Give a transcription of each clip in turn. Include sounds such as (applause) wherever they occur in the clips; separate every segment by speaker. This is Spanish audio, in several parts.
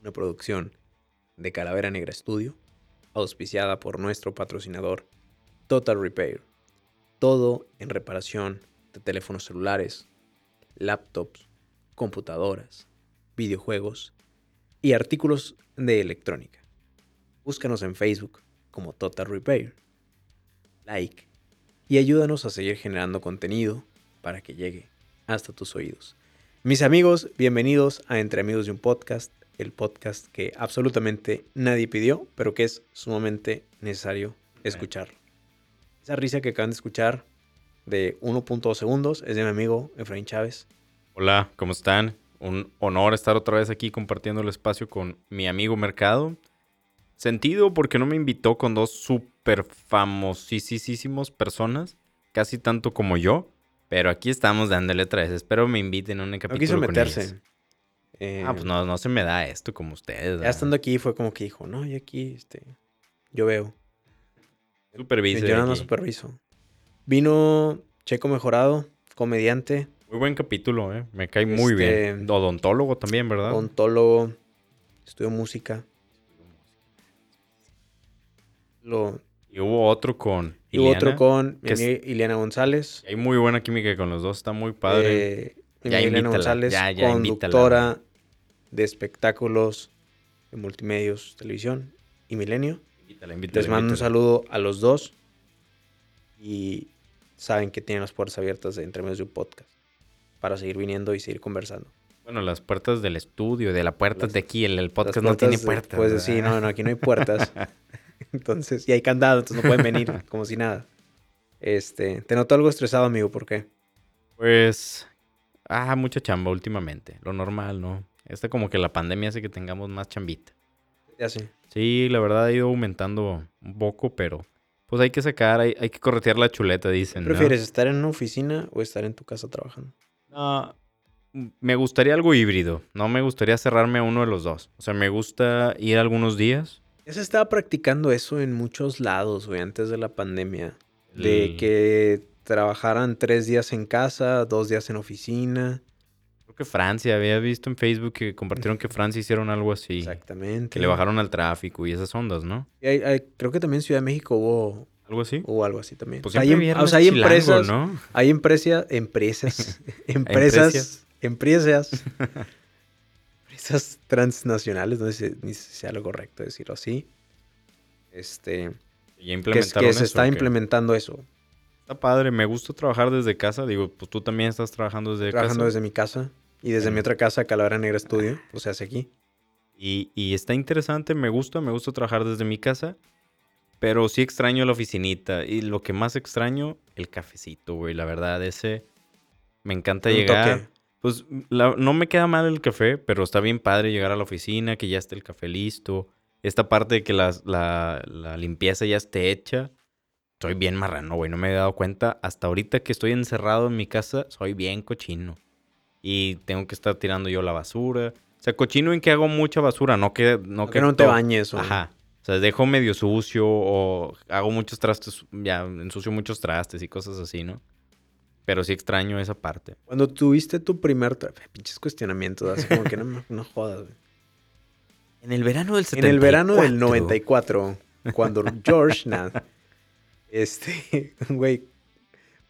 Speaker 1: una producción de Calavera Negra Studio, auspiciada por nuestro patrocinador Total Repair. Todo en reparación de teléfonos celulares, laptops, computadoras, videojuegos y artículos de electrónica. Búscanos en Facebook como Total Repair. Like y ayúdanos a seguir generando contenido para que llegue hasta tus oídos. Mis amigos, bienvenidos a Entre Amigos de un Podcast, el podcast que absolutamente nadie pidió, pero que es sumamente necesario escucharlo. Esa risa que acaban de escuchar de 1.2 segundos es de mi amigo Efraín Chávez.
Speaker 2: Hola, ¿cómo están? Un honor estar otra vez aquí compartiendo el espacio con mi amigo Mercado. Sentido porque no me invitó con dos súper famosísimos personas, casi tanto como yo, pero aquí estamos dándole otra vez. Espero me inviten a un capítulo.
Speaker 1: No quiso
Speaker 2: con
Speaker 1: meterse.
Speaker 2: ellas.
Speaker 1: Eh,
Speaker 2: ah, pues no, no se me da esto como ustedes.
Speaker 1: Ya estando aquí fue como que dijo, no, yo aquí, este, yo veo. Yo
Speaker 2: Supervise.
Speaker 1: nada más superviso. Vino Checo Mejorado, comediante,
Speaker 2: Muy buen capítulo, ¿eh? Me cae muy
Speaker 1: Este-
Speaker 2: bien. Odontólogo también, ¿verdad?
Speaker 1: ontólogo, estudió música. Lo,
Speaker 2: Y hubo otro con
Speaker 1: y hubo
Speaker 2: Ileana.
Speaker 1: otro con mi
Speaker 2: que es-
Speaker 1: amiga Ileana González.
Speaker 2: Hay muy buena química con los dos, está muy padre.
Speaker 1: eh, mi
Speaker 2: Ya
Speaker 1: amiga Ileana
Speaker 2: invítala,
Speaker 1: González,
Speaker 2: ya, ya invítala.
Speaker 1: conductora de espectáculos de multimedios, televisión y milenio.
Speaker 2: Invítala, invítala,
Speaker 1: Les mando un
Speaker 2: invítala.
Speaker 1: saludo a los dos y saben que tienen las puertas abiertas de entre medios de un podcast para seguir viniendo y seguir conversando.
Speaker 2: Bueno, las puertas del estudio, de las puertas
Speaker 1: Las-
Speaker 2: de aquí, el, el podcast
Speaker 1: Las
Speaker 2: no tiene
Speaker 1: de-
Speaker 2: puertas.
Speaker 1: Pues
Speaker 2: ¿verdad?
Speaker 1: sí, no, no, aquí no hay
Speaker 2: (laughs)
Speaker 1: puertas. entonces, y hay candado, entonces no pueden venir como si nada. Este, te noto algo estresado, amigo, ¿por qué?
Speaker 2: Pues, ah, mucha chamba últimamente, lo normal, ¿no? Esta como que la pandemia hace que tengamos más chambita.
Speaker 1: Ya sé.
Speaker 2: Sí, la verdad ha ido aumentando un poco, pero pues hay que sacar, hay, hay que corretear la chuleta, dicen. ¿no?
Speaker 1: ¿Prefieres estar en una oficina o estar en tu casa trabajando?
Speaker 2: No, m- me gustaría algo híbrido. No me gustaría cerrarme a uno de los dos. O sea, me gusta ir algunos días.
Speaker 1: Ya se estaba practicando eso en muchos lados, güey, antes de la pandemia. De
Speaker 2: El-
Speaker 1: que trabajaran tres días en casa, dos días en oficina.
Speaker 2: Creo que Francia, había visto en Facebook que compartieron
Speaker 1: (laughs)
Speaker 2: que Francia hicieron algo así.
Speaker 1: Exactamente.
Speaker 2: Que le bajaron al tráfico y esas ondas, ¿no?
Speaker 1: Y hay- hay- creo que también en Ciudad de México hubo,
Speaker 2: Algo así.
Speaker 1: hubo algo así también.
Speaker 2: Pues
Speaker 1: O sea,
Speaker 2: siempre
Speaker 1: hay, em-
Speaker 2: viernes
Speaker 1: o sea, hay
Speaker 2: chilango,
Speaker 1: empresas,
Speaker 2: ¿no?
Speaker 1: hay empresa-
Speaker 2: (laughs)
Speaker 1: empresas, (laughs) empresas, empresas, empresas transnacionales, no sé si si sea lo correcto decirlo así. Este,
Speaker 2: Ya
Speaker 1: que, es- que
Speaker 2: implementaron
Speaker 1: se
Speaker 2: eso, ¿o
Speaker 1: está
Speaker 2: qué?
Speaker 1: implementando eso,
Speaker 2: Está padre, me gusta trabajar desde casa. Digo, pues tú también estás trabajando desde
Speaker 1: trabajando
Speaker 2: casa.
Speaker 1: desde mi casa y desde
Speaker 2: Em.
Speaker 1: mi otra casa, Calavera Negra Studio, o sea, hace aquí.
Speaker 2: Y, y está interesante, me gusta, me gusta trabajar desde mi casa. Pero sí extraño la oficinita. Y lo que más extraño, el cafecito, güey. La verdad, ese me encanta
Speaker 1: Un
Speaker 2: llegar.
Speaker 1: toque.
Speaker 2: Pues la- no me queda mal el café, pero está bien padre llegar a la oficina, que ya esté el café listo. Esta parte de que las- la, la limpieza ya esté hecha. Soy bien marrano, güey. No me he dado cuenta. Hasta ahorita que estoy encerrado en mi casa, soy bien cochino. Y tengo que estar tirando yo la basura. O sea, cochino en que hago mucha basura, no que no,
Speaker 1: No que no te
Speaker 2: to-
Speaker 1: bañes. o-
Speaker 2: Ajá. O sea, dejo medio sucio o hago muchos trastes, ya ensucio muchos trastes y cosas así, ¿no? Pero sí extraño esa parte.
Speaker 1: Cuando tuviste tu primer... tra- Pinches cuestionamientos, así como que no,
Speaker 2: (laughs)
Speaker 1: me- no jodas, güey.
Speaker 2: En el verano del 74.
Speaker 1: En el verano del 94, cuando
Speaker 2: (laughs)
Speaker 1: George Nad, este, (laughs) güey,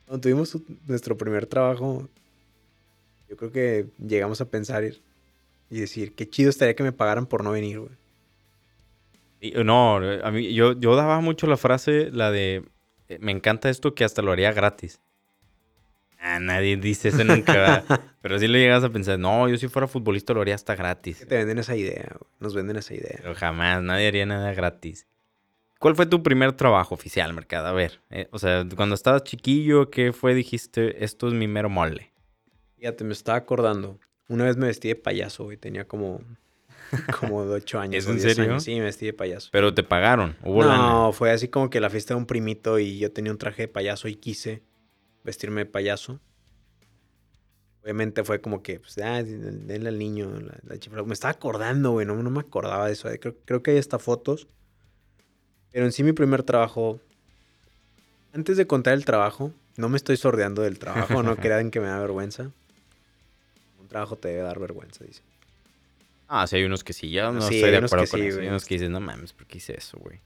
Speaker 1: cuando tuvimos su- nuestro primer trabajo, yo creo que llegamos a pensar y y decir, qué chido estaría que me pagaran por no venir, güey.
Speaker 2: Y- No, a mí, yo, yo daba mucho la frase, la de, eh, me encanta esto que hasta lo haría gratis. Ah, nadie dice eso
Speaker 1: (laughs)
Speaker 2: nunca. ¿verdad? Pero sí lo llegas a pensar, no, yo si fuera futbolista lo haría hasta
Speaker 1: Que
Speaker 2: gratis.
Speaker 1: te venden esa idea, güey. Nos venden esa idea.
Speaker 2: Pero jamás, nadie haría nada gratis. ¿Cuál fue tu primer trabajo oficial, Mercado? A ver, eh, o sea, cuando estabas chiquillo, ¿qué fue? Dijiste, esto es mi mero mole.
Speaker 1: Fíjate, me estaba acordando. Una vez me vestí de payaso, güey. Tenía como, (laughs) como 8 años.
Speaker 2: ¿Es
Speaker 1: o
Speaker 2: en
Speaker 1: 10
Speaker 2: serio?
Speaker 1: años. Sí, me vestí de payaso.
Speaker 2: Pero te pagaron, hubo lana.
Speaker 1: No, fue así como que la fiesta de un primito y yo tenía un traje de payaso y quise vestirme de payaso. Obviamente fue como que, pues, ah, denle al niño la, la chifla. Me estaba acordando, güey, no, no me acordaba de eso. eh, Creo, creo que hay hasta fotos. Pero en sí mi primer trabajo... Antes de contar el trabajo, no me estoy sordeando del trabajo, no crean que me da vergüenza. Un trabajo te debe dar vergüenza, dice.
Speaker 2: Ah, sí, hay unos que sí, ya no
Speaker 1: Sí,
Speaker 2: estoy
Speaker 1: hay
Speaker 2: de
Speaker 1: unos
Speaker 2: acuerdo
Speaker 1: que
Speaker 2: con
Speaker 1: sí,
Speaker 2: eso. Hay
Speaker 1: güey.
Speaker 2: unos que dicen, no mames, ¿por qué hice eso, güey?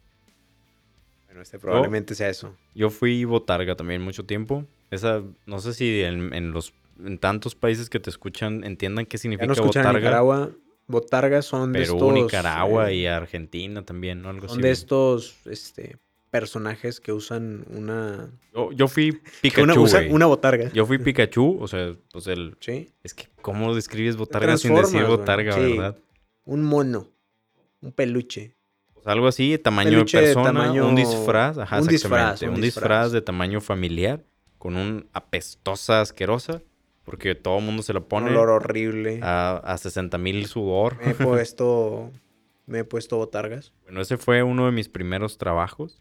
Speaker 1: Bueno, este probablemente sea eso.
Speaker 2: Yo fui botarga también mucho tiempo. Esa, no sé si en, en los en tantos países que te escuchan entiendan qué
Speaker 1: Ya
Speaker 2: significa
Speaker 1: no escuchan en
Speaker 2: botarga.
Speaker 1: Nicaragua. Botargas son de
Speaker 2: Perú,
Speaker 1: estos...
Speaker 2: Nicaragua
Speaker 1: eh,
Speaker 2: y Argentina también, ¿no? Algo así.
Speaker 1: Son de
Speaker 2: güey.
Speaker 1: estos este, personajes que usan una...
Speaker 2: Yo, yo
Speaker 1: (laughs)
Speaker 2: fui
Speaker 1: que
Speaker 2: Pikachu,
Speaker 1: una, usan
Speaker 2: güey.
Speaker 1: una botarga.
Speaker 2: Yo fui Pikachu, o sea, pues el...
Speaker 1: ¿Sí?
Speaker 2: Es que, ¿cómo lo describes botarga sin decir
Speaker 1: transformas, güey.
Speaker 2: botarga,
Speaker 1: Sí.
Speaker 2: verdad?
Speaker 1: Un mono. Un peluche.
Speaker 2: Pues algo así, tamaño
Speaker 1: Peluche
Speaker 2: de
Speaker 1: de
Speaker 2: persona,
Speaker 1: tamaño-
Speaker 2: un disfraz, ajá,
Speaker 1: un
Speaker 2: exactamente,
Speaker 1: disfraz,
Speaker 2: un,
Speaker 1: un
Speaker 2: disfraz.
Speaker 1: disfraz.
Speaker 2: de tamaño familiar con un apestosa asquerosa, porque todo el mundo se lo
Speaker 1: Un
Speaker 2: pone
Speaker 1: olor horrible.
Speaker 2: a, a 60 mil sudor.
Speaker 1: Me he puesto... Me he puesto
Speaker 2: (laughs)
Speaker 1: botargas.
Speaker 2: Bueno, ese fue uno de mis primeros trabajos,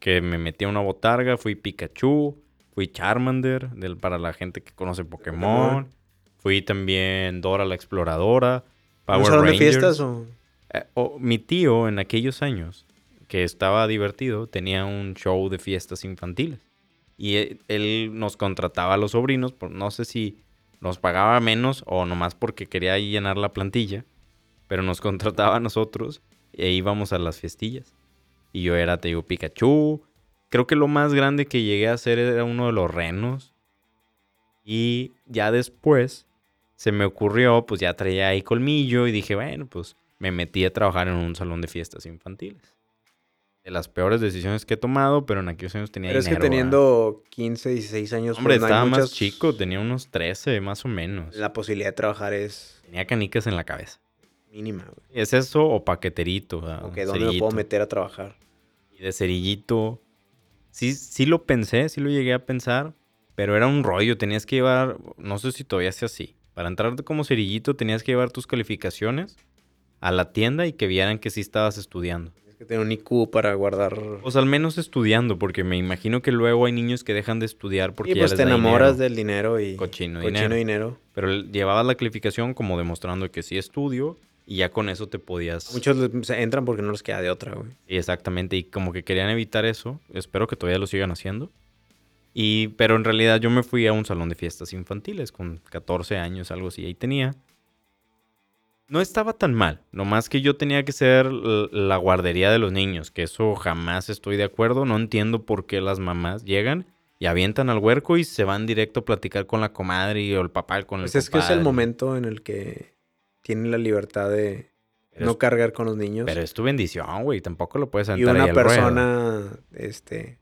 Speaker 2: que me metí a una botarga, fui Pikachu, fui Charmander, del, para la gente que conoce Pokémon,
Speaker 1: Pokémon.
Speaker 2: fui también Dora la Exploradora, Power
Speaker 1: ¿Un salón
Speaker 2: Rangers.
Speaker 1: de fiestas o...?
Speaker 2: Eh, o- mi tío en aquellos años, que estaba divertido, tenía un show de fiestas infantiles. Y e- él nos contrataba a los sobrinos, por- no sé si nos pagaba menos o nomás porque quería llenar la plantilla, pero nos (laughs) contrataba a nosotros e íbamos a las fiestillas. Y yo era, te digo, Pikachu. Creo que lo más grande que llegué a hacer era uno de los renos. Y ya después se me ocurrió, pues ya traía ahí colmillo y dije, bueno, pues me metí a trabajar en un salón de fiestas infantiles. De las peores decisiones que he tomado, pero en aquellos años tenía
Speaker 1: Pero es que
Speaker 2: dinero, ¿verdad?
Speaker 1: teniendo 15, 16 años...
Speaker 2: ah. Hombre,
Speaker 1: pues, no hay
Speaker 2: estaba más
Speaker 1: muchas-
Speaker 2: chico, tenía unos 13 más o menos.
Speaker 1: La posibilidad de trabajar es
Speaker 2: Tenía canicas en la cabeza.
Speaker 1: mínima, güey.
Speaker 2: ¿Es eso o paqueterito? ah,
Speaker 1: Ok, ¿dónde me puedo
Speaker 2: cerillito?
Speaker 1: meter a trabajar?
Speaker 2: y de cerillito. Sí, sí lo pensé, sí lo llegué a pensar, pero era un rollo. Tenías que llevar, no sé si todavía sea así. Para entrar como cerillito tenías que llevar tus calificaciones a la tienda y que vieran que sí estabas estudiando.
Speaker 1: Es que tener un IQ para guardar.
Speaker 2: O sea, al menos estudiando, porque me imagino que luego hay niños que dejan de estudiar porque
Speaker 1: y pues
Speaker 2: ya les
Speaker 1: te
Speaker 2: da
Speaker 1: enamoras
Speaker 2: dinero.
Speaker 1: del dinero y.
Speaker 2: Cochino
Speaker 1: cochino
Speaker 2: dinero.
Speaker 1: dinero.
Speaker 2: Pero llevabas la calificación como demostrando que sí estudio y ya con eso te podías...
Speaker 1: Muchos les- se entran porque no les queda de otra, güey.
Speaker 2: Sí, exactamente, y como que querían evitar eso, espero que todavía lo sigan haciendo. Y, pero en realidad yo me fui a un salón de fiestas infantiles con 14 años, algo así, ahí tenía. No estaba tan mal, nomás que yo tenía que ser l- la guardería de los niños, que eso jamás estoy de acuerdo, no entiendo por qué las mamás llegan y avientan al huerco y se van directo a platicar con la comadre y- o el papá con el
Speaker 1: Pues es que es el
Speaker 2: compadre.
Speaker 1: momento en el que tienen la libertad de
Speaker 2: Pero
Speaker 1: no
Speaker 2: es-
Speaker 1: cargar con los niños.
Speaker 2: Pero es tu bendición, güey, tampoco lo puedes
Speaker 1: y
Speaker 2: aventar ahí
Speaker 1: una
Speaker 2: al ruedo.
Speaker 1: persona, este.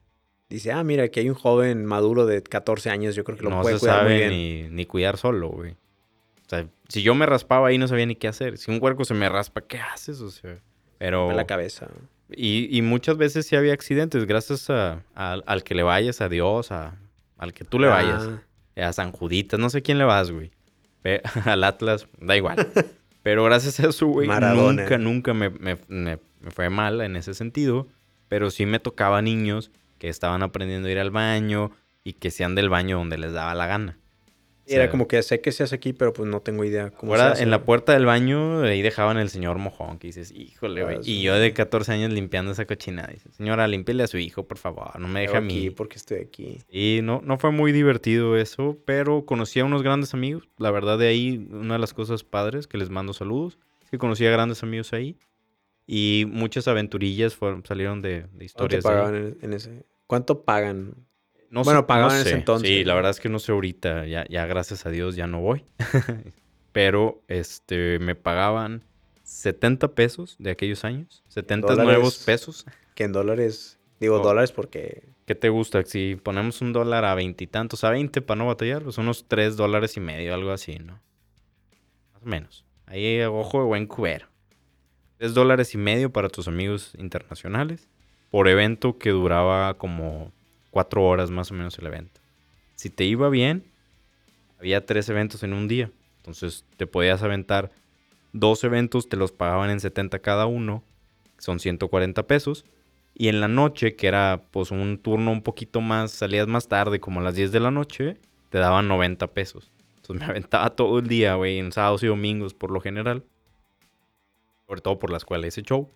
Speaker 1: Dice, ah, mira, aquí hay un joven maduro de 14 años, yo creo que lo
Speaker 2: no
Speaker 1: puede
Speaker 2: se
Speaker 1: cuidar muy
Speaker 2: sabe
Speaker 1: bien.
Speaker 2: ni, ni cuidar solo, güey. O sea, si yo me raspaba ahí no sabía ni qué hacer. Si un huerco se me raspa, ¿qué haces? O sea, pero...
Speaker 1: A la cabeza.
Speaker 2: Y, y muchas veces sí había accidentes gracias a, al- al que le vayas, a Dios, a, al que tú le vayas
Speaker 1: Ah,
Speaker 2: a San Juditas, no sé quién le vas, güey. Pe- (laughs) Al Atlas,
Speaker 1: (laughs)
Speaker 2: da igual. Pero gracias a eso, güey,
Speaker 1: Maradona.
Speaker 2: nunca, nunca me, me- me- me fue mal en ese sentido. Pero sí me tocaba niños que estaban aprendiendo a ir al baño y que sean del baño donde les daba la gana.
Speaker 1: y era
Speaker 2: sea,
Speaker 1: como que sé que seas aquí, pero pues no tengo idea cómo eh, se
Speaker 2: Fuera,
Speaker 1: hace,
Speaker 2: en la
Speaker 1: güey.
Speaker 2: puerta del baño, ahí dejaban el señor mojón, que dices, híjole, güey.
Speaker 1: Ah,
Speaker 2: Y
Speaker 1: sí.
Speaker 2: yo de 14 años limpiando esa cochinada. Dices, señora, límpiale a su hijo, por favor, no me
Speaker 1: Llego
Speaker 2: deje a mí.
Speaker 1: aquí porque estoy aquí.
Speaker 2: Y no, no fue muy divertido eso, pero conocí a unos grandes amigos. La verdad, de ahí, una de las cosas padres que les mando saludos, es que conocí a grandes amigos ahí. Y muchas aventurillas fueron, salieron de, de
Speaker 1: ¿Cuánto
Speaker 2: historias. de ahí.
Speaker 1: pagaban en, en ese? ¿Cuánto pagan?
Speaker 2: No
Speaker 1: Bueno,
Speaker 2: sé- no
Speaker 1: pagaban en ese
Speaker 2: sé.
Speaker 1: entonces.
Speaker 2: Sí, la verdad es que no sé ahorita. Ya, ya gracias a Dios ya no voy. (laughs) Pero este me pagaban 70 pesos de aquellos años. 70
Speaker 1: dólares.
Speaker 2: nuevos pesos.
Speaker 1: Que en dólares. Digo
Speaker 2: No.
Speaker 1: dólares porque.
Speaker 2: ¿Qué te gusta? Si ponemos un dólar a veintitantos, a veinte para no batallar, pues unos tres dólares y medio, algo así, ¿no? Más o menos. Ahí ojo de buen cubero. Tres dólares y medio para tus amigos internacionales por evento que duraba como cuatro horas más o menos el evento. Si te iba bien, había tres eventos en un día. Entonces te podías aventar dos eventos, te los pagaban en 70 cada uno, son 140 pesos. Y en la noche, que era pues un turno un poquito más, salías más tarde, como a las 10 de la noche, te daban 90 pesos. Entonces me (laughs) aventaba todo el día, güey, en sábados y domingos por lo general. Sobre todo por la escuela, ese show.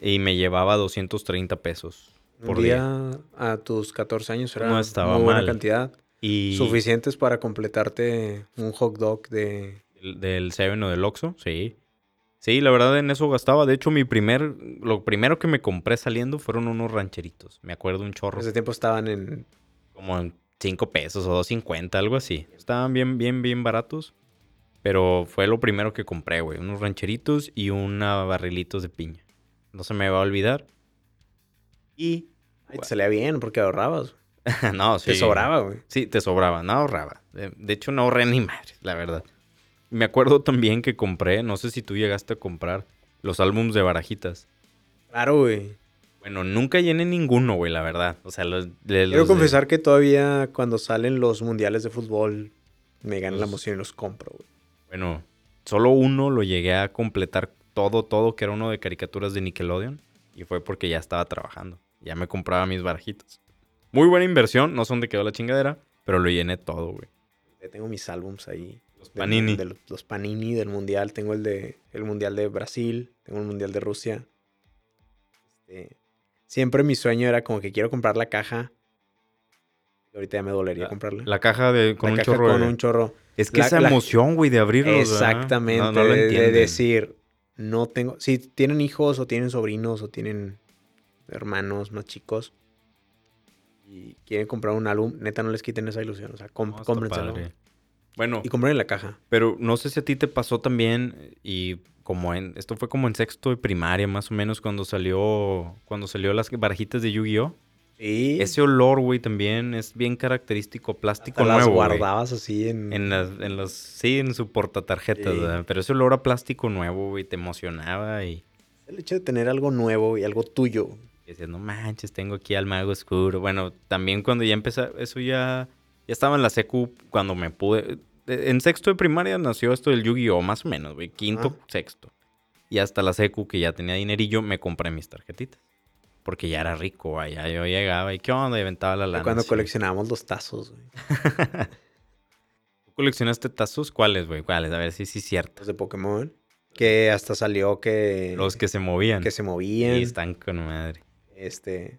Speaker 2: Y me llevaba 230 pesos.
Speaker 1: Un
Speaker 2: Por
Speaker 1: día, a tus 14 años era
Speaker 2: No estaba
Speaker 1: muy buena
Speaker 2: mal.
Speaker 1: cantidad.
Speaker 2: Y
Speaker 1: Suficientes para completarte un hot dog de.
Speaker 2: del- del Seven o del Oxxo, sí. Sí, la verdad en eso gastaba. De hecho, mi primer, lo primero que me compré saliendo fueron unos rancheritos. Me acuerdo un chorro.
Speaker 1: Ese tiempo estaban en.
Speaker 2: Como en 5 pesos o 2.50, algo así. Estaban bien, bien, bien baratos. Pero fue lo primero que compré, güey. Unos rancheritos y una barrilitos de piña. No se me va a olvidar. Y... (laughs)
Speaker 1: Ay, te salía bien porque ahorrabas.
Speaker 2: no, sí.
Speaker 1: Te sobraba, güey.
Speaker 2: Sí, te sobraba. No ahorraba. De de hecho, no ahorré ni madre, la verdad. Me acuerdo también que compré, no sé si tú llegaste a comprar, los álbums de barajitas.
Speaker 1: Claro, güey.
Speaker 2: Bueno, nunca llené ninguno, güey, la verdad. O sea, los... de-
Speaker 1: Quiero
Speaker 2: los de-
Speaker 1: confesar que todavía cuando salen los mundiales de fútbol, me gana la emoción y los compro, güey.
Speaker 2: Bueno, solo uno lo llegué a completar todo, todo, que era uno de caricaturas de Nickelodeon. Y fue porque ya estaba trabajando. Ya me compraba mis barajitas. Muy buena inversión, no sé dónde quedó la chingadera, pero lo llené todo, güey.
Speaker 1: Ya Tengo mis álbums ahí.
Speaker 2: Los
Speaker 1: del-
Speaker 2: Panini.
Speaker 1: de los, los Panini del Mundial. Tengo el de el Mundial de Brasil. Tengo el Mundial de Rusia. Este, siempre mi sueño era como que quiero comprar la caja. Y ahorita ya me dolería comprarla.
Speaker 2: La caja de, con
Speaker 1: La
Speaker 2: un
Speaker 1: caja
Speaker 2: chorro.
Speaker 1: con
Speaker 2: de-
Speaker 1: un chorro.
Speaker 2: Es que
Speaker 1: la-
Speaker 2: esa
Speaker 1: la-
Speaker 2: emoción, güey, de abrirlos. ¿verdad?
Speaker 1: Exactamente.
Speaker 2: No, no lo
Speaker 1: de- de
Speaker 2: entienden.
Speaker 1: decir, no tengo. Si tienen hijos o tienen sobrinos o tienen hermanos más chicos y quieren comprar un álbum, neta, no les quiten esa ilusión. O sea, com-
Speaker 2: No, está
Speaker 1: cómprenselo.
Speaker 2: padre. Bueno,
Speaker 1: Y compren la caja.
Speaker 2: Pero no sé si a ti te pasó también y como en esto fue como en sexto de primaria más o menos cuando salió cuando salió las barajitas de Yu-Gi-Oh.
Speaker 1: Sí.
Speaker 2: Ese olor, güey, también es bien característico, plástico
Speaker 1: Hasta las
Speaker 2: nuevo. güey.
Speaker 1: guardabas así en,
Speaker 2: En las en los sí, en su portatarjetas,
Speaker 1: Sí.
Speaker 2: ¿verdad? pero ese olor a plástico nuevo, güey, te emocionaba y
Speaker 1: el hecho de tener algo nuevo y algo tuyo.
Speaker 2: decías, "No manches, tengo aquí al mago oscuro." Bueno, también cuando ya empezó eso ya ya estaba en la secu cuando me pude eh, en sexto de primaria nació esto del Yu-Gi-Oh, más o menos, güey, quinto,
Speaker 1: Ajá.
Speaker 2: sexto. Y hasta la secu, que ya tenía dinerillo, me compré mis tarjetitas. Porque ya era rico, güey. Ya yo llegaba y qué onda, y aventaba la
Speaker 1: Fue
Speaker 2: lana.
Speaker 1: cuando
Speaker 2: sí.
Speaker 1: coleccionábamos los tazos, güey,
Speaker 2: ¿Tú coleccionaste tazos? ¿Cuáles, güey? ¿Cuáles? A ver si sí es cierto.
Speaker 1: los de Pokémon, que hasta salió que,
Speaker 2: Los que se movían.
Speaker 1: que se movían.
Speaker 2: Y están con madre.
Speaker 1: Este,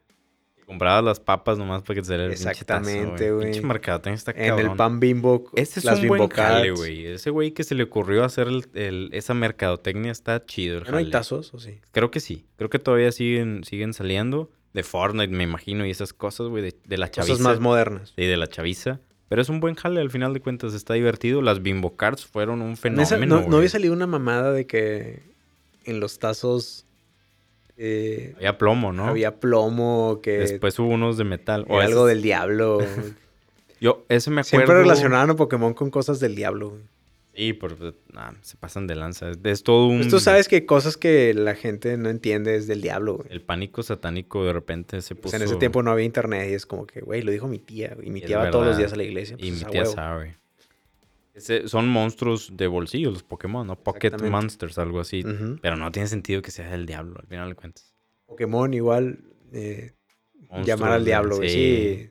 Speaker 2: Comprabas las papas nomás para que te saliera el pinche tazo,
Speaker 1: Exactamente, güey.
Speaker 2: Pinche mercado, también está
Speaker 1: en el
Speaker 2: cabrón.
Speaker 1: pan bimbo,
Speaker 2: Ese es
Speaker 1: las
Speaker 2: un buen
Speaker 1: Bimbo Cats.
Speaker 2: jale, güey. Ese güey que se le ocurrió hacer el- el- esa mercadotecnia está chido. el
Speaker 1: ¿Ya no hay
Speaker 2: jale.
Speaker 1: tazos o sí?
Speaker 2: Creo que sí. Creo que todavía siguen, siguen saliendo. De Fortnite, me imagino, y esas cosas, güey, de, de la chaviza.
Speaker 1: Cosas más modernas.
Speaker 2: Sí, de la chaviza. Pero es un buen jale, al final de cuentas, está divertido. Las Bimbo Cards fueron un
Speaker 1: En esa-
Speaker 2: fenómeno.
Speaker 1: no,
Speaker 2: güey.
Speaker 1: no había salido una mamada de que en los tazos eh,
Speaker 2: Había plomo, ¿no?
Speaker 1: había plomo, que
Speaker 2: Después hubo unos de metal. O
Speaker 1: era Eh, algo
Speaker 2: esos-
Speaker 1: del
Speaker 2: (laughs)
Speaker 1: diablo.
Speaker 2: Yo, ese me acuerdo.
Speaker 1: Siempre relacionaban a Pokémon con cosas del diablo. güey.
Speaker 2: Sí, pero nah, se pasan de lanza. Es todo un.
Speaker 1: Pues tú sabes que cosas que la gente no entiende es del diablo, güey.
Speaker 2: El pánico satánico de repente se
Speaker 1: Pues
Speaker 2: puso.
Speaker 1: en ese tiempo no había internet y es como que, güey, lo dijo mi tía. güey, Y mi
Speaker 2: Es
Speaker 1: tía va todos los
Speaker 2: verdad.
Speaker 1: días a la iglesia. pues,
Speaker 2: Y mi
Speaker 1: a
Speaker 2: tía
Speaker 1: huevo.
Speaker 2: sabe. Ese- son monstruos de bolsillo, los Pokémon, ¿no? Pocket
Speaker 1: Exactamente.
Speaker 2: Monsters, algo así.
Speaker 1: Ujú.
Speaker 2: Pero no tiene sentido que sea del diablo, al final de cuentas.
Speaker 1: Pokémon igual, eh,
Speaker 2: Monstruos,
Speaker 1: llamar al
Speaker 2: ¿no?
Speaker 1: diablo, güey.
Speaker 2: Sí.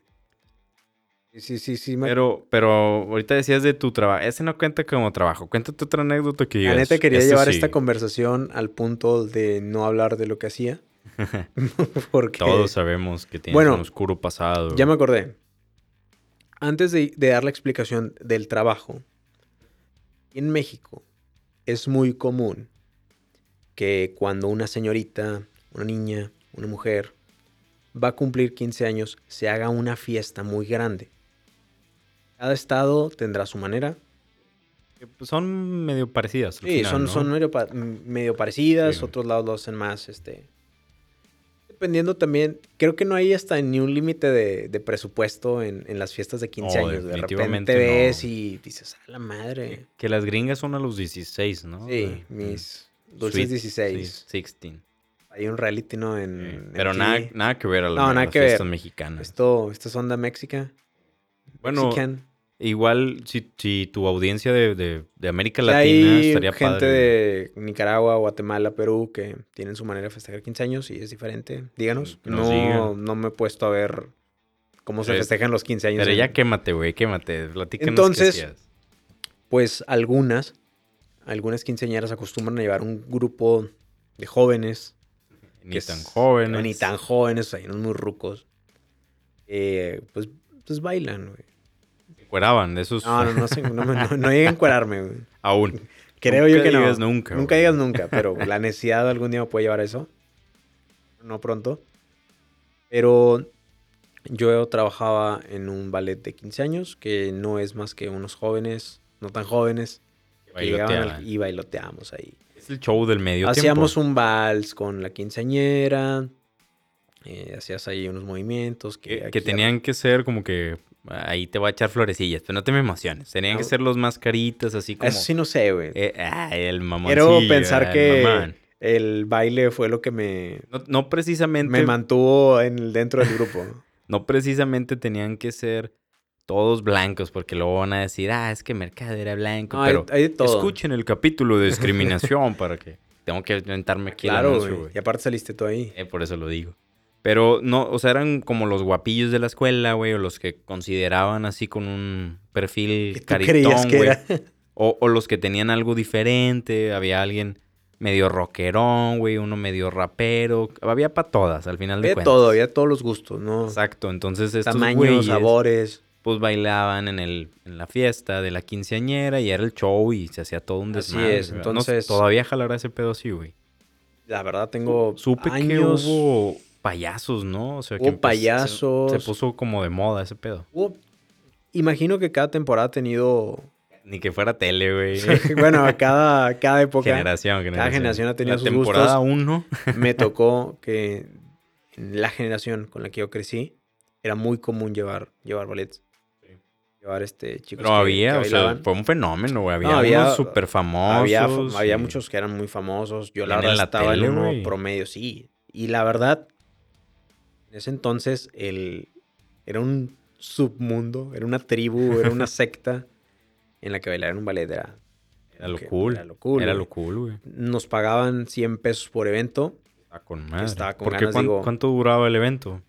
Speaker 1: Sí. Sí, sí, sí. sí, me-
Speaker 2: Pero, pero ahorita decías de tu trabajo. Ese no cuenta como trabajo. Cuéntate otra anécdota que
Speaker 1: la
Speaker 2: digas.
Speaker 1: neta quería
Speaker 2: "Este
Speaker 1: llevar
Speaker 2: sí".
Speaker 1: esta conversación al punto de no hablar de lo que
Speaker 2: (laughs)
Speaker 1: hacía. (laughs) porque
Speaker 2: Todos sabemos que tienes
Speaker 1: Bueno,
Speaker 2: un oscuro pasado.
Speaker 1: ya me acordé. Antes de, de dar la explicación del trabajo, en México es muy común que cuando una señorita, una niña, una mujer va a cumplir 15 años, se haga una fiesta muy grande. Cada estado tendrá su manera.
Speaker 2: Que, pues, Son medio parecidas. al
Speaker 1: Sí,
Speaker 2: final,
Speaker 1: son,
Speaker 2: ¿no?
Speaker 1: son medio, pa- medio parecidas,
Speaker 2: Sí.
Speaker 1: otros lados lo hacen más, este... Dependiendo también, creo que no hay hasta ni un límite de, de presupuesto en, en las fiestas de 15
Speaker 2: No,
Speaker 1: años. De
Speaker 2: Oh, definitivamente
Speaker 1: repente ves
Speaker 2: no.
Speaker 1: y dices, a la madre.
Speaker 2: Que las gringas son a los 16, ¿no?
Speaker 1: eh, Sí,
Speaker 2: Mm.
Speaker 1: mis dulces
Speaker 2: Sweet,
Speaker 1: 16.
Speaker 2: sí, 16.
Speaker 1: Hay un reality, ¿no? En,
Speaker 2: Sí,
Speaker 1: Mm, en
Speaker 2: Pero
Speaker 1: aquí.
Speaker 2: nada, nada que ver a las,
Speaker 1: No,
Speaker 2: a
Speaker 1: nada
Speaker 2: las
Speaker 1: que ver.
Speaker 2: fiestas mexicanas.
Speaker 1: Esto, esto es onda méxica.
Speaker 2: bueno,
Speaker 1: Mexican.
Speaker 2: igual si, si tu audiencia de, de- de América
Speaker 1: O sea,
Speaker 2: Latina
Speaker 1: hay
Speaker 2: estaría
Speaker 1: gente
Speaker 2: padre.
Speaker 1: de Nicaragua, Guatemala, Perú que tienen su manera de festejar 15 años y es diferente. Díganos.
Speaker 2: Que nos
Speaker 1: no,
Speaker 2: digan.
Speaker 1: no me he puesto a ver cómo se
Speaker 2: Pero-
Speaker 1: festejan los 15 años.
Speaker 2: Pero
Speaker 1: en-
Speaker 2: ya quémate, güey, quémate. Platícanos
Speaker 1: Entonces-
Speaker 2: qué hacías.
Speaker 1: Pues algunas, algunas quinceañeras acostumbran a llevar un grupo de jóvenes.
Speaker 2: Ni
Speaker 1: que
Speaker 2: tan
Speaker 1: es-
Speaker 2: jóvenes.
Speaker 1: Ni tan jóvenes, hay unos muy rucos. Eh, pues, pues bailan, güey.
Speaker 2: Se Cueraban de esos
Speaker 1: No, no, no, sé, no, me- no- no llegan a encuerarme, güey.
Speaker 2: aún.
Speaker 1: Creo
Speaker 2: Nunca
Speaker 1: yo (laughs) que no.
Speaker 2: digas nunca,
Speaker 1: Nunca
Speaker 2: güey.
Speaker 1: digas nunca,
Speaker 2: (laughs)
Speaker 1: pero la necesidad algún día me puede llevar a eso. No pronto. Pero yo trabajaba en un ballet de 15 años, que no es más que unos jóvenes, no tan jóvenes, que llegaban al-
Speaker 2: Bailoteaban.
Speaker 1: y bailoteamos ahí.
Speaker 2: Es el show del medio
Speaker 1: Hacíamos
Speaker 2: tiempo.
Speaker 1: un vals con la quinceañera, eh, hacías ahí unos movimientos que,
Speaker 2: Que, que
Speaker 1: aquí-
Speaker 2: tenían que ser como que ahí te va a echar florecillas, pero no te me emociones. Tenían que
Speaker 1: No.
Speaker 2: ser los más caritas, así como.
Speaker 1: Eso sí no sé, güey.
Speaker 2: eh, ah, el mamón.
Speaker 1: Quiero pensar que el baile fue lo que me,
Speaker 2: No, no precisamente.
Speaker 1: me mantuvo en el- dentro del grupo.
Speaker 2: No precisamente tenían que ser todos blancos, porque luego van a decir, ah, es que Mercado era blanco.
Speaker 1: No, hay-
Speaker 2: (laughs) pero
Speaker 1: hay de todo.
Speaker 2: escuchen el capítulo de discriminación
Speaker 1: (laughs)
Speaker 2: para que tengo que inventarme aquí el
Speaker 1: Claro,
Speaker 2: anuncio,
Speaker 1: güey.
Speaker 2: güey.
Speaker 1: Y aparte saliste tú ahí.
Speaker 2: Eh, por eso lo digo. Pero no, o sea, eran como los guapillos de la escuela, güey, o los que consideraban así con un
Speaker 1: ¿Qué
Speaker 2: perfil
Speaker 1: tú creías
Speaker 2: caritón,
Speaker 1: que
Speaker 2: güey.
Speaker 1: era? Eh,
Speaker 2: O, o los que tenían algo diferente, había alguien medio rockerón, güey, uno medio rapero. Había para todas, al final de
Speaker 1: Había
Speaker 2: cuentas.
Speaker 1: todo, había todos los gustos, ¿no?
Speaker 2: Exacto, entonces estos
Speaker 1: Tamaños,
Speaker 2: güeyes,
Speaker 1: sabores.
Speaker 2: pues bailaban en, el, en la fiesta de la quinceañera y era el show y se hacía todo un
Speaker 1: Así
Speaker 2: desmadre.
Speaker 1: es,
Speaker 2: ¿verdad? No,
Speaker 1: entonces-
Speaker 2: todavía jalará ese pedo así, güey.
Speaker 1: La verdad tengo
Speaker 2: Supe
Speaker 1: años.
Speaker 2: que hubo payasos, ¿no? O sea, que
Speaker 1: Hubo
Speaker 2: empe- se-
Speaker 1: payasos.
Speaker 2: Se, puso como de moda ese pedo.
Speaker 1: Hubo- Imagino que cada temporada ha tenido...
Speaker 2: Ni que fuera tele, güey.
Speaker 1: (laughs) bueno, cada, cada época
Speaker 2: (laughs) generación, generación.
Speaker 1: generación ha tenido
Speaker 2: la
Speaker 1: sus
Speaker 2: temporada
Speaker 1: gustos.
Speaker 2: 1.
Speaker 1: me tocó que en la generación con la que yo crecí era muy común llevar, llevar ballets. Llevar este chicos
Speaker 2: Pero
Speaker 1: que-
Speaker 2: había,
Speaker 1: que
Speaker 2: o sea,
Speaker 1: bailaban.
Speaker 2: fue un fenómeno, güey. Había,
Speaker 1: No, había-
Speaker 2: unos súper famosos.
Speaker 1: Había, fa- había
Speaker 2: y-
Speaker 1: muchos que eran muy famosos. Yo la
Speaker 2: También en
Speaker 1: verdad
Speaker 2: la
Speaker 1: estaba
Speaker 2: tele,
Speaker 1: en uno
Speaker 2: güey.
Speaker 1: promedio, sí. Y la verdad, en ese entonces el, era un submundo, era una tribu, era
Speaker 2: (laughs)
Speaker 1: una secta en la que bailar un ballet era,
Speaker 2: Era lo
Speaker 1: que-
Speaker 2: cool.
Speaker 1: Era lo cool.
Speaker 2: Era lo
Speaker 1: güey.
Speaker 2: cool, güey.
Speaker 1: Nos pagaban 100 pesos por evento,
Speaker 2: Estaba con madre.
Speaker 1: estaba con
Speaker 2: Porque
Speaker 1: ganas,
Speaker 2: cuán-
Speaker 1: digo-
Speaker 2: ¿Cuánto duraba el evento?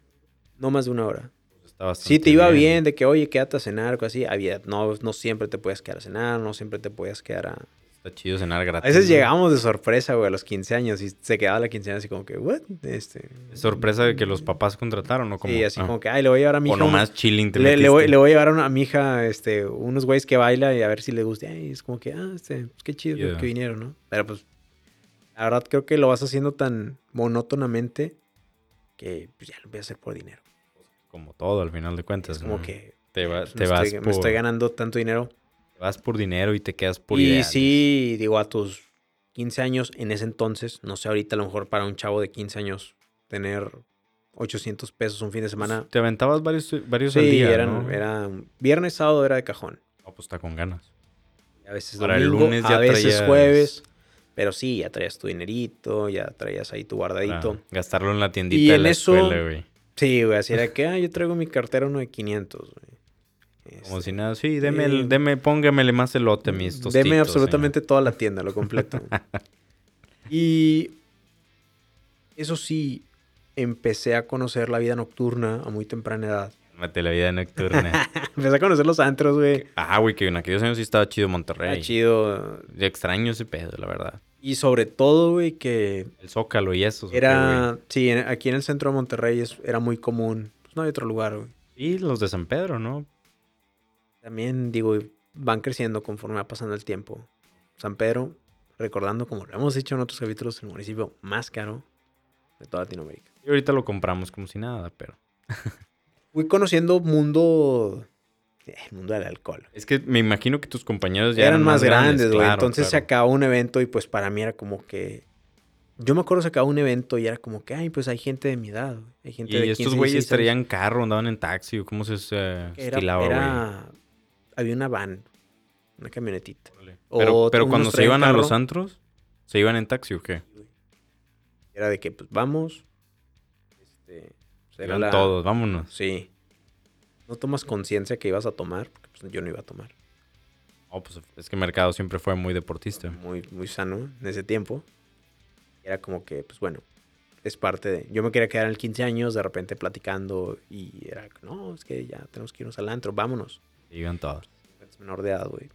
Speaker 1: no más de una hora.
Speaker 2: Está bastante
Speaker 1: Si te iba bien, de que oye, quédate a cenar, cosas así, había, no, no siempre te podías quedar a cenar, no siempre te podías quedar a,
Speaker 2: Está chido cenar
Speaker 1: A
Speaker 2: gratis.
Speaker 1: veces
Speaker 2: güey.
Speaker 1: llegábamos de sorpresa, güey, a los 15 años y se quedaba la quinceañera así como que, ¿what? Este,
Speaker 2: Sorpresa de que los papás contrataron, ¿o como ah.
Speaker 1: sí, así como que, ay, le voy a llevar a mi
Speaker 2: O
Speaker 1: hija.
Speaker 2: nomás chilling te
Speaker 1: un- le, le voy,
Speaker 2: metiste.
Speaker 1: le voy a llevar a, una- a mi hija este, unos güeyes que baila y a ver si le gusta. Y es como que, ah, este, pues qué chido que-
Speaker 2: Yeah.
Speaker 1: que vinieron, ¿no? Pero pues, la verdad creo que lo vas haciendo tan monótonamente que pues, ya lo voy a hacer por dinero.
Speaker 2: Como todo, al final de cuentas.
Speaker 1: es como
Speaker 2: ¿no?
Speaker 1: que
Speaker 2: Te, va-
Speaker 1: pues,
Speaker 2: te
Speaker 1: me,
Speaker 2: vas
Speaker 1: estoy, me
Speaker 2: por,
Speaker 1: estoy ganando tanto dinero.
Speaker 2: te vas por dinero y te quedas por
Speaker 1: y
Speaker 2: ideales.
Speaker 1: sí, digo, a tus 15 años en ese entonces, no sé, ahorita a lo mejor para un chavo de 15 años tener 800 pesos un fin de semana.
Speaker 2: Te aventabas varios, varios
Speaker 1: Sí,
Speaker 2: Pues, al día,
Speaker 1: eran,
Speaker 2: ¿no?
Speaker 1: era viernes, sábado era de cajón.
Speaker 2: No, pues está con ganas.
Speaker 1: A veces
Speaker 2: Para el
Speaker 1: domingo,
Speaker 2: lunes
Speaker 1: a
Speaker 2: ya
Speaker 1: veces
Speaker 2: traías-
Speaker 1: jueves. Pero sí, ya traías tu dinerito, ya traías ahí tu guardadito.
Speaker 2: Para gastarlo en la tiendita
Speaker 1: Y
Speaker 2: de
Speaker 1: en
Speaker 2: la
Speaker 1: eso- este,
Speaker 2: escuela, güey.
Speaker 1: Sí, güey, así era que, ah, yo traigo mi cartera uno de 500, güey.
Speaker 2: Como
Speaker 1: Este,
Speaker 2: si nada, sí, deme,
Speaker 1: sí.
Speaker 2: el, deme, póngamele más elote, mis tostitos.
Speaker 1: Deme
Speaker 2: señor.
Speaker 1: mm, absolutamente toda la tienda, lo
Speaker 2: (laughs)
Speaker 1: completo. y eso sí, empecé a conocer la vida nocturna a muy temprana edad. (laughs)
Speaker 2: Cálmate la vida nocturna.
Speaker 1: empecé a conocer los antros, güey.
Speaker 2: ah, güey, que en aquellos años sí estaba chido
Speaker 1: Está
Speaker 2: Monterrey.
Speaker 1: chido.
Speaker 2: Yo extraño ese pedo, la verdad.
Speaker 1: Y sobre todo, güey, que
Speaker 2: El Zócalo y eso.
Speaker 1: era... Sí, en- aquí en el centro de Monterrey es- era muy común. Pues no hay otro lugar, güey.
Speaker 2: Y los de San Pedro, ¿no?
Speaker 1: También, digo, van creciendo conforme va pasando el tiempo. San Pedro, recordando, como lo hemos dicho en otros capítulos, el municipio más caro de toda Latinoamérica.
Speaker 2: Y ahorita lo compramos como si nada, pero...
Speaker 1: fui conociendo mundo. eh, El mundo del alcohol.
Speaker 2: Es que me imagino que tus compañeros Pues, ya
Speaker 1: eran, más grandes, güey.
Speaker 2: claro,
Speaker 1: Entonces se
Speaker 2: claro.
Speaker 1: acabó un evento y pues para mí era como que. Yo me acuerdo se acabó un evento y era como que, ay, pues hay gente de mi edad. güey. Hay gente
Speaker 2: Y
Speaker 1: de
Speaker 2: estos
Speaker 1: 15,
Speaker 2: güeyes
Speaker 1: 16 años".
Speaker 2: traían carro, andaban en taxi, o ¿cómo se eh,
Speaker 1: Que Era,
Speaker 2: estilaba, güey?
Speaker 1: era- Había una van, una camionetita. o
Speaker 2: Pero, pero
Speaker 1: unos
Speaker 2: cuando se
Speaker 1: traían
Speaker 2: iban a los
Speaker 1: carro.
Speaker 2: antros, ¿se iban en taxi o qué?
Speaker 1: Era de que, pues vamos. Este, pues, era
Speaker 2: Eran
Speaker 1: la-
Speaker 2: todos, vámonos.
Speaker 1: Sí. No tomas conciencia que ibas a tomar, porque pues, yo no iba a tomar.
Speaker 2: Oh, pues es que Mercado siempre fue muy deportista.
Speaker 1: muy, muy sano en ese tiempo. Era como que, pues bueno, es parte de... Yo me quería quedar en el 15 años, de repente platicando y era, no, es que ya tenemos que irnos al antro, vámonos.
Speaker 2: Se iban todos.
Speaker 1: Es menor de edad, güey.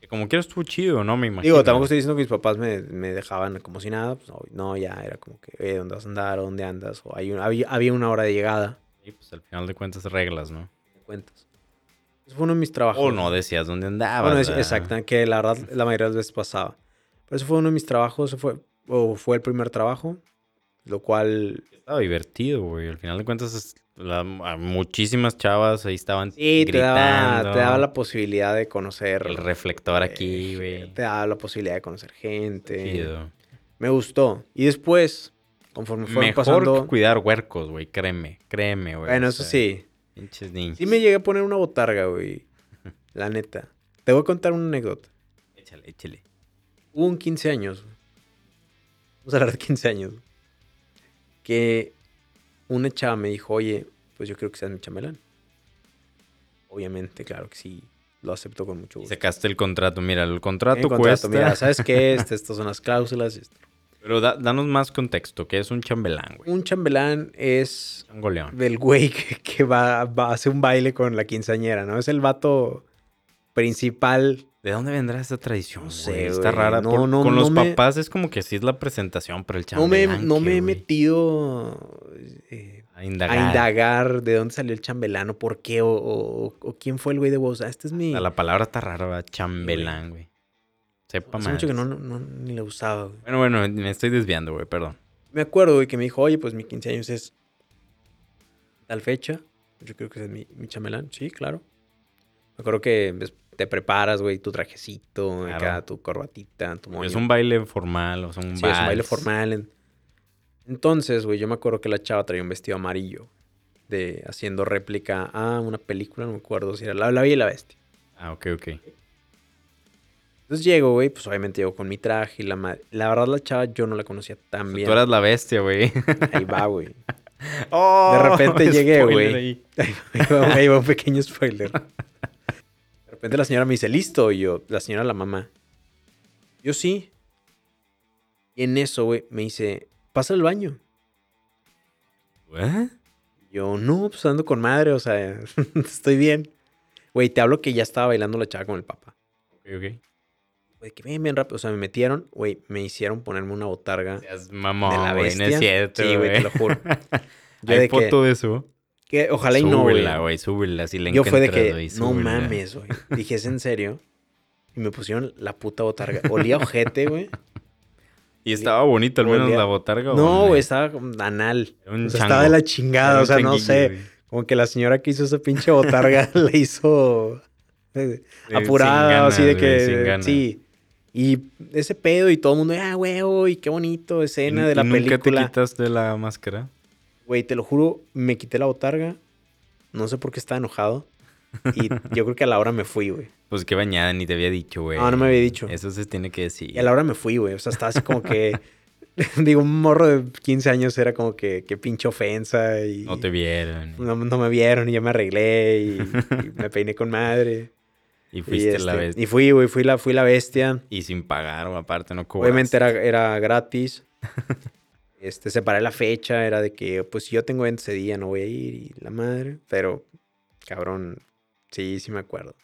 Speaker 2: Que como quieras estuvo chido, ¿no? Me imagino.
Speaker 1: Digo, tampoco estoy diciendo que mis papás me, me dejaban como si nada. Pues no, no, ya era como que, eh, ¿dónde vas a andar? ¿Dónde andas? O hay un- había, había una hora de llegada,
Speaker 2: Y pues al final de cuentas reglas, ¿no?
Speaker 1: de cuentas. Ese fue uno de mis trabajos.
Speaker 2: O Oh, no decías dónde andabas.
Speaker 1: Bueno, es,
Speaker 2: ¿verdad?
Speaker 1: exacta, que la verdad la mayoría de las veces pasaba. Pero eso fue uno de mis trabajos, eso fue, o fue el primer trabajo, lo cual...
Speaker 2: Estaba divertido, güey. Al final de cuentas, es- la- a muchísimas chavas ahí estaban
Speaker 1: Sí, te daba,
Speaker 2: gritando.
Speaker 1: te daba la posibilidad de conocer...
Speaker 2: El reflector aquí,
Speaker 1: eh,
Speaker 2: güey.
Speaker 1: Te daba la posibilidad de conocer gente.
Speaker 2: Chido.
Speaker 1: Me gustó. Y después, conforme fueron
Speaker 2: Mejor
Speaker 1: pasando...
Speaker 2: que cuidar huercos, güey. Créeme, créeme, güey.
Speaker 1: bueno,
Speaker 2: o
Speaker 1: eso
Speaker 2: sea,
Speaker 1: sí.
Speaker 2: Pinches niños.
Speaker 1: Sí me llegué a poner una botarga, güey. La neta. Te voy a contar una anécdota.
Speaker 2: Échale, échale.
Speaker 1: Hubo un 15 años. güey. Vamos a hablar de 15 años. güey. Que una chava me dijo, oye, pues yo creo que seas mi chamelán. Obviamente, claro que sí. Lo acepto con mucho
Speaker 2: Y
Speaker 1: gusto.
Speaker 2: sacaste el contrato. Mira, el
Speaker 1: En
Speaker 2: contrato
Speaker 1: contrato,
Speaker 2: cuesta.
Speaker 1: mira, ¿sabes qué? Este, estas son las cláusulas. esto.
Speaker 2: Pero da- danos más contexto. ¿Qué es un chambelán, güey?
Speaker 1: Un chambelán es
Speaker 2: Chango león.
Speaker 1: del güey que, que va, va, hace un baile con la quinceañera, ¿no? Es el vato principal
Speaker 2: ¿De dónde vendrá esta tradición?
Speaker 1: No
Speaker 2: No
Speaker 1: sé,
Speaker 2: Está
Speaker 1: güey.
Speaker 2: rara.
Speaker 1: No,
Speaker 2: Por-
Speaker 1: no,
Speaker 2: con
Speaker 1: no
Speaker 2: los
Speaker 1: me-
Speaker 2: papás es como que sí es la presentación, pero el
Speaker 1: No me,
Speaker 2: chambelán.
Speaker 1: no me
Speaker 2: ¿qué,
Speaker 1: he
Speaker 2: güey?
Speaker 1: metido eh,
Speaker 2: A
Speaker 1: a
Speaker 2: indagar.
Speaker 1: indagar de dónde salió el chambelano, por qué o, o- o quién fue el güey de voz. Ah, este es mi.
Speaker 2: A La palabra está rara, ¿verdad? Chambelán, güey. Sepa
Speaker 1: Hace
Speaker 2: más.
Speaker 1: mucho que no, no- no- ni lo usaba. güey.
Speaker 2: Bueno, bueno, me estoy desviando, güey, perdón.
Speaker 1: Me acuerdo güey, que me dijo, oye, pues mi 15 años es tal fecha. Yo creo que ese es mi, mi chambelán. Sí, claro. Me acuerdo que ves, te preparas, güey, tu trajecito,
Speaker 2: Claro.
Speaker 1: acá, tu corbatita, tu moño.
Speaker 2: Es un baile formal, o sea, un
Speaker 1: Sí, es un baile
Speaker 2: vals.
Speaker 1: formal. en- Entonces, güey, yo me acuerdo que la chava traía un vestido amarillo. De haciendo réplica a una película, no me acuerdo si era La, la Bella y la Bestia.
Speaker 2: Ah, ok, ok.
Speaker 1: Entonces llego, güey, pues obviamente llego con mi traje y la madre. La verdad, la chava yo no la conocía tan
Speaker 2: O sea,
Speaker 1: bien.
Speaker 2: tú eras la bestia, güey.
Speaker 1: (laughs) Ahí va, güey.
Speaker 2: Oh, (laughs)
Speaker 1: repente llegué,
Speaker 2: spoiler
Speaker 1: güey.
Speaker 2: ahí.
Speaker 1: Ahí va, ahí va un pequeño spoiler. De repente la señora me dice, listo. Y yo, la señora, la mamá. Yo sí. Y en eso, güey, me dice, pasa al baño.
Speaker 2: ¿What?
Speaker 1: Yo, no, pues ando con madre, o sea, (laughs) estoy bien. Güey, te hablo que ya estaba bailando la chava con el papá.
Speaker 2: Ok, ok.
Speaker 1: Güey, que bien, bien rápido. O sea, me metieron, güey, me hicieron ponerme una botarga
Speaker 2: Seas
Speaker 1: de la
Speaker 2: mamón, güey. No
Speaker 1: bestia.
Speaker 2: es cierto,
Speaker 1: sí, güey, te lo
Speaker 2: (laughs)
Speaker 1: juro. Yo
Speaker 2: Hay
Speaker 1: de
Speaker 2: foto
Speaker 1: que,
Speaker 2: de eso.
Speaker 1: que ojalá y no, güey.
Speaker 2: Súbela, güey, súbela. Si la
Speaker 1: Yo fue de
Speaker 2: encuentras,
Speaker 1: que,
Speaker 2: güey,
Speaker 1: no
Speaker 2: súbela.
Speaker 1: mames, güey. Dije, ¿es en serio? Y me pusieron la puta botarga. Olía ojete,
Speaker 2: (laughs)
Speaker 1: güey.
Speaker 2: Y estaba bonito al menos
Speaker 1: Olía-
Speaker 2: la botarga. ¿o
Speaker 1: No, güey, estaba como anal.
Speaker 2: Era un
Speaker 1: O sea,
Speaker 2: chango.
Speaker 1: estaba de la
Speaker 2: Era
Speaker 1: chingada,
Speaker 2: un
Speaker 1: o sea, no
Speaker 2: changuillo,
Speaker 1: sé.
Speaker 2: güey.
Speaker 1: Como que la señora que hizo esa pinche botarga (laughs) la hizo eh,
Speaker 2: Eh,
Speaker 1: apurada,
Speaker 2: sin
Speaker 1: así de
Speaker 2: ganas, güey, sin
Speaker 1: que.
Speaker 2: ganas.
Speaker 1: sí. Y ese pedo y todo el mundo, ah, huevo, y qué bonito,
Speaker 2: ¿Y-
Speaker 1: escena de
Speaker 2: y
Speaker 1: la
Speaker 2: nunca te
Speaker 1: película.
Speaker 2: quitas de la máscara?
Speaker 1: Güey, te lo juro, me quité la botarga. No sé por qué estaba enojado.
Speaker 2: (laughs)
Speaker 1: Y yo creo que a la hora me fui, güey.
Speaker 2: Pues qué bañada, ni te había dicho, güey.
Speaker 1: No, no me había dicho.
Speaker 2: Eso se tiene que decir.
Speaker 1: Y a la hora me fui, güey. O sea, estaba así como
Speaker 2: (laughs)
Speaker 1: que. (laughs) digo, un morro de 15 años era como que, que pinche ofensa. Y
Speaker 2: No te vieron.
Speaker 1: no, no me vieron y ya me arreglé y, y me peiné con madre.
Speaker 2: Y
Speaker 1: Y,
Speaker 2: (laughs) fuiste la
Speaker 1: este,
Speaker 2: bestia.
Speaker 1: y fui, güey, fui la, fui la bestia.
Speaker 2: Y sin pagar, o aparte no cobraste.
Speaker 1: Obviamente era, era gratis. (laughs) Este, separé la fecha, era de que, pues si yo tengo evento ese día, no voy a ir y la madre. Pero, cabrón, sí, sí me acuerdo.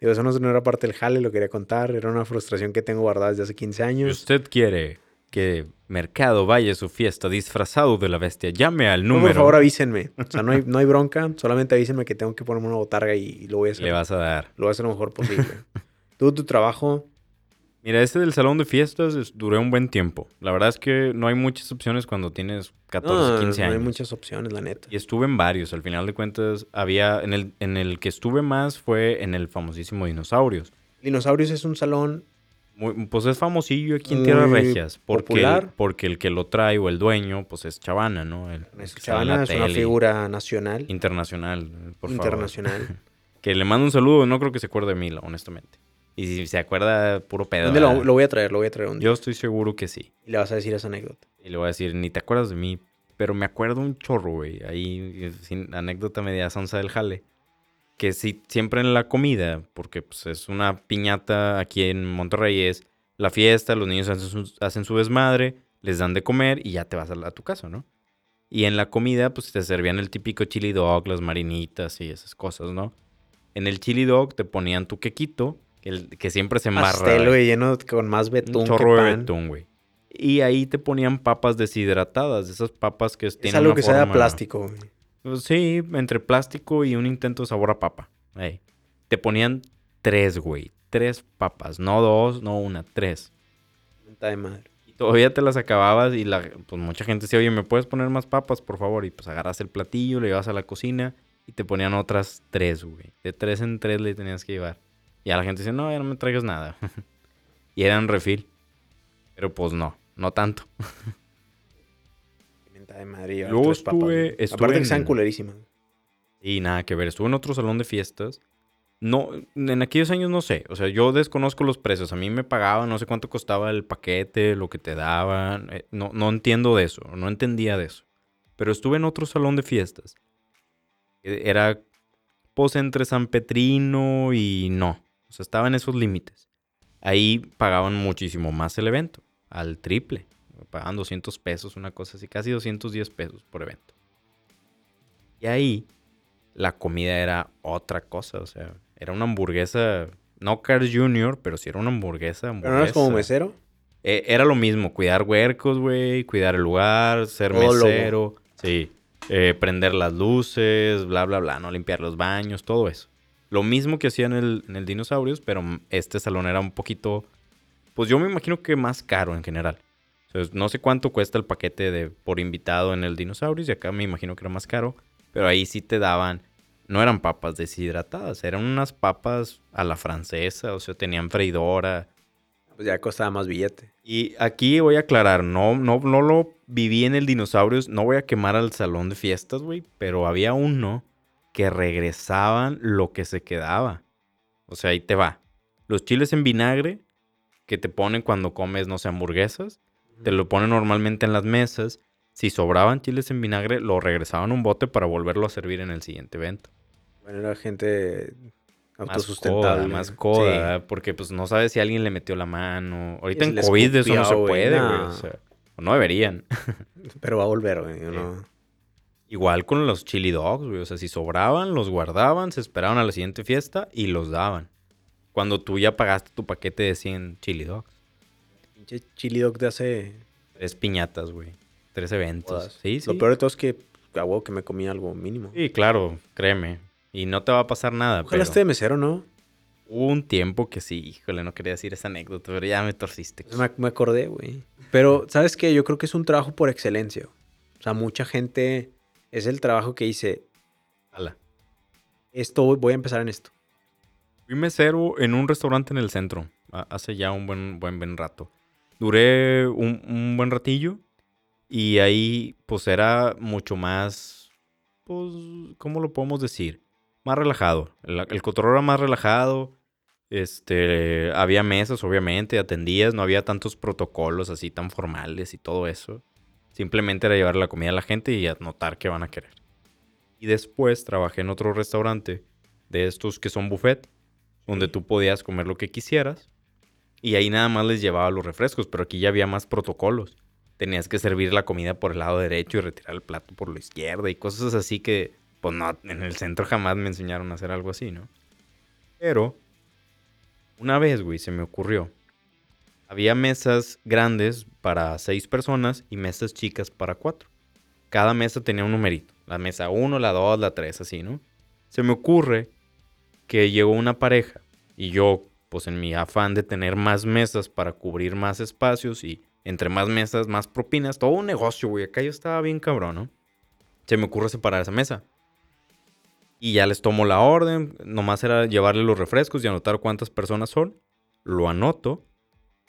Speaker 1: Digo, eso no, no era parte del jale, lo quería contar. Era una frustración que tengo guardada desde hace 15
Speaker 2: Si
Speaker 1: años.
Speaker 2: usted quiere que Mercado vaya a su fiesta disfrazado de la bestia, llame al
Speaker 1: No,
Speaker 2: número.
Speaker 1: por favor, avísenme. O sea, no hay, no hay bronca, solamente avísenme que tengo que ponerme una botarga y, y lo voy a hacer.
Speaker 2: le vas a dar.
Speaker 1: Lo voy a hacer lo mejor
Speaker 2: (laughs)
Speaker 1: posible. Tú, tu trabajo,
Speaker 2: Mira, este del salón de fiestas es- duré un buen tiempo. La verdad es que no hay muchas opciones cuando tienes
Speaker 1: no,
Speaker 2: 14, 15
Speaker 1: no
Speaker 2: años.
Speaker 1: hay muchas opciones, la neta.
Speaker 2: Y estuve en varios. Al final de cuentas, había. En el, en el que estuve más fue en el famosísimo Dinosaurios.
Speaker 1: Dinosaurios es un salón
Speaker 2: Muy- pues es famosillo aquí en
Speaker 1: Muy
Speaker 2: Tierra Regias. Porque, el,
Speaker 1: popular.
Speaker 2: porque el que lo trae o el dueño, pues es Chavana, ¿no? El, el que
Speaker 1: es,
Speaker 2: está en la
Speaker 1: chavana, es una
Speaker 2: tele.
Speaker 1: figura nacional,
Speaker 2: Internacional, por favor. (laughs)
Speaker 1: internacional.
Speaker 2: Que le mando un saludo, no creo que se acuerde de mí, la- honestamente. Y si se acuerda, puro pedo.
Speaker 1: ¿Dónde lo,
Speaker 2: ¿verdad?
Speaker 1: lo voy a traer? Lo voy a traer un día.
Speaker 2: Yo estoy seguro que sí.
Speaker 1: Y le vas a decir esa anécdota.
Speaker 2: Y le voy a decir, ni te acuerdas de mí, pero me acuerdo un chorro, güey. Ahí, eh, sin anécdota media sonza del jale. Que sí, siempre en la comida, porque pues, es una piñata aquí en Monterrey, es la fiesta, los niños hacen su, hacen su desmadre, les dan de comer y ya te vas a, la- a tu casa, ¿no? Y en la comida, pues te servían el típico chili dog, las marinitas y esas cosas, ¿no? En el chili dog te ponían tu quequito, el, que siempre se embarra.
Speaker 1: Pastel,
Speaker 2: güey.
Speaker 1: güey, lleno de- con más
Speaker 2: eh. Un
Speaker 1: betún
Speaker 2: chorro
Speaker 1: que
Speaker 2: de
Speaker 1: pan.
Speaker 2: betún, güey. Y ahí te ponían papas deshidratadas, esas papas que tienen
Speaker 1: Es algo
Speaker 2: una
Speaker 1: que sea de
Speaker 2: forma-
Speaker 1: plástico, güey.
Speaker 2: Sí, entre plástico y un intento de sabor a papa. Ey. Te ponían tres, güey. Tres papas. No dos, no una, tres.
Speaker 1: Menta de madre.
Speaker 2: Y todavía te las acababas y la, pues mucha gente decía, oye, ¿me puedes poner más papas, por favor? Y pues agarras el platillo, le llevas a la cocina y te ponían otras tres, güey. De tres en tres le tenías que llevar. Y a la gente decía, no, ya no me traigas nada. (laughs) y eran refil. Pero pues no, no tanto.
Speaker 1: Qué Menta de madre. llevar
Speaker 2: Luego
Speaker 1: tres papas,
Speaker 2: estuve-
Speaker 1: güey.
Speaker 2: estuve
Speaker 1: Aparte
Speaker 2: en-
Speaker 1: que sean culerísimas.
Speaker 2: Y nada que ver, estuve en otro salón de fiestas. No, en aquellos años no sé, o sea, yo desconozco los precios. A mí me pagaban, no sé cuánto costaba el paquete, lo que te daban. eh, no, no entiendo de eso, no entendía de eso. Pero estuve en otro salón de fiestas. E- Era, pues, entre San Petrino y no. O sea, estaba en esos límites. Ahí pagaban muchísimo más el evento, al triple. Pagaban 200 pesos, una cosa así, casi 210 pesos por evento. Y ahí la comida era otra cosa, o sea, era una hamburguesa, no Carl Jr., pero sí era una hamburguesa.
Speaker 1: Pero no es como
Speaker 2: hamburguesa.
Speaker 1: mesero.
Speaker 2: Eh, era lo mismo, cuidar huercos, güey, cuidar el lugar, ser
Speaker 1: Todo
Speaker 2: mesero, sí, eh, prender las luces, bla, bla, bla, no limpiar los baños, todo eso. Lo mismo que hacían en el, en el Dinosaurios, pero m- este salón era un poquito, pues yo me imagino que más caro en general. O sea, no sé cuánto cuesta el paquete de por invitado en el Dinosaurios y acá me imagino que era más caro, pero ahí sí te daban, no eran papas deshidratadas, eran unas papas a la francesa, o sea, tenían freidora,
Speaker 1: Pues ya costaba más billete.
Speaker 2: y aquí voy a aclarar, no, no, no lo viví en el Dinosaurios, no voy a quemar al salón de fiestas, güey, pero había uno que regresaban lo que se quedaba. O sea, ahí te va. Los chiles en vinagre que te ponen cuando comes, no sé, hamburguesas, te lo ponen normalmente en las mesas. Si sobraban chiles en vinagre, lo regresaban a un bote para volverlo a servir en el siguiente evento.
Speaker 1: Bueno, era gente
Speaker 2: Más
Speaker 1: autosustentable.
Speaker 2: coda, más
Speaker 1: Sí.
Speaker 2: coda, ¿verdad? porque pues no sabes si alguien le metió la mano. Ahorita
Speaker 1: si
Speaker 2: en
Speaker 1: le
Speaker 2: COVID de eso no se
Speaker 1: escupió, güey,
Speaker 2: puede, güey.
Speaker 1: nah.
Speaker 2: O sea, no deberían. (laughs)
Speaker 1: Pero va a volver, güey. yo
Speaker 2: Sí.
Speaker 1: no-
Speaker 2: Igual con los chili dogs, güey. O sea, si sobraban, los guardaban, se esperaban a la siguiente fiesta y los daban. Cuando tú ya pagaste tu paquete de 100 chili dogs.
Speaker 1: Pinche chili dog te hace.
Speaker 2: Tres piñatas, güey. Tres eventos.
Speaker 1: bodas.
Speaker 2: Sí, sí.
Speaker 1: Lo peor de todo es que a huevo que me comí algo mínimo.
Speaker 2: Sí, claro, créeme. Y no te va a pasar nada,
Speaker 1: Ojalá
Speaker 2: pero
Speaker 1: esté de mesero, ¿no?
Speaker 2: hubo un tiempo que sí, híjole, no quería decir esa anécdota, pero ya me torciste.
Speaker 1: Pues Me, me acordé, güey. Pero, ¿sabes qué? Yo creo que es un trabajo por excelencia. O sea, mucha gente es el trabajo que dice,
Speaker 2: Ala.
Speaker 1: esto voy a empezar en esto.
Speaker 2: Fui mesero en un restaurante en el centro a- hace ya un buen, buen, buen rato. Duré un, un buen ratillo y ahí pues era mucho más, pues, ¿cómo lo podemos decir? Más relajado. La- el cotorreo era más relajado. Este, había mesas, obviamente, atendías, no había tantos protocolos así tan formales y todo eso. Simplemente era llevar la comida a la gente y anotar qué van a querer. Y después trabajé en otro restaurante de estos que son buffet, donde tú podías comer lo que quisieras. Y ahí nada más les llevaba los refrescos, pero aquí ya había más protocolos. Tenías que servir la comida por el lado derecho y retirar el plato por la izquierda y cosas así que, pues no, en el centro jamás me enseñaron a hacer algo así, ¿no? Pero, una vez, güey, se me ocurrió. Había mesas grandes para seis personas y mesas chicas para cuatro. Cada mesa tenía un numerito. La mesa 1, la 2, la 3, así, ¿no? Se me ocurre que llegó una pareja y yo, pues en mi afán de tener más mesas para cubrir más espacios y entre más mesas, más propinas, todo un negocio, güey. Acá yo estaba bien cabrón, ¿no? Se me ocurre separar esa mesa. Y ya les tomo la orden, nomás era llevarle los refrescos y anotar cuántas personas son. Lo anoto,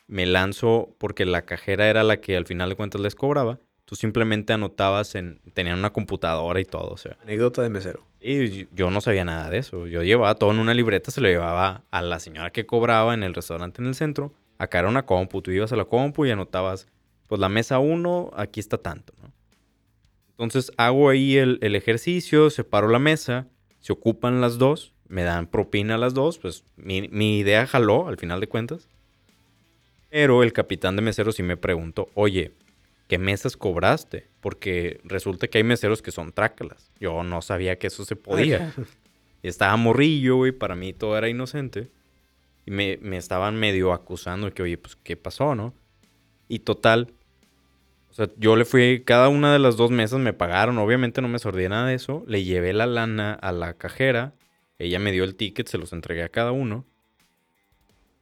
Speaker 2: me lanzo porque la cajera era la que al final de cuentas les cobraba. Tú simplemente anotabas en... Tenían una computadora y todo, o sea.
Speaker 1: Anécdota de mesero.
Speaker 2: Y yo no sabía nada de eso. Yo llevaba todo en una libreta, se lo llevaba a la señora que cobraba en el restaurante en el centro. Acá era una compu, tú ibas a la compu y anotabas, pues la mesa 1, aquí está tanto, ¿no? Entonces hago ahí el, el ejercicio, separo la mesa, se ocupan las dos, me dan propina las dos, pues mi, mi idea jaló al final de cuentas. Pero el capitán de meseros sí me preguntó, oye, ¿qué mesas cobraste? Porque resulta que hay meseros que son trácalas. Yo no sabía que eso se podía. Estaba morrillo, güey, para mí todo era inocente. Y me, me estaban medio acusando de que, oye, pues, ¿qué pasó, no? Y total, o sea, yo le fui, cada una de las dos mesas me pagaron, obviamente no me sordí nada de eso. Le llevé la lana a la cajera Ella me dio el ticket, se los entregué a cada uno.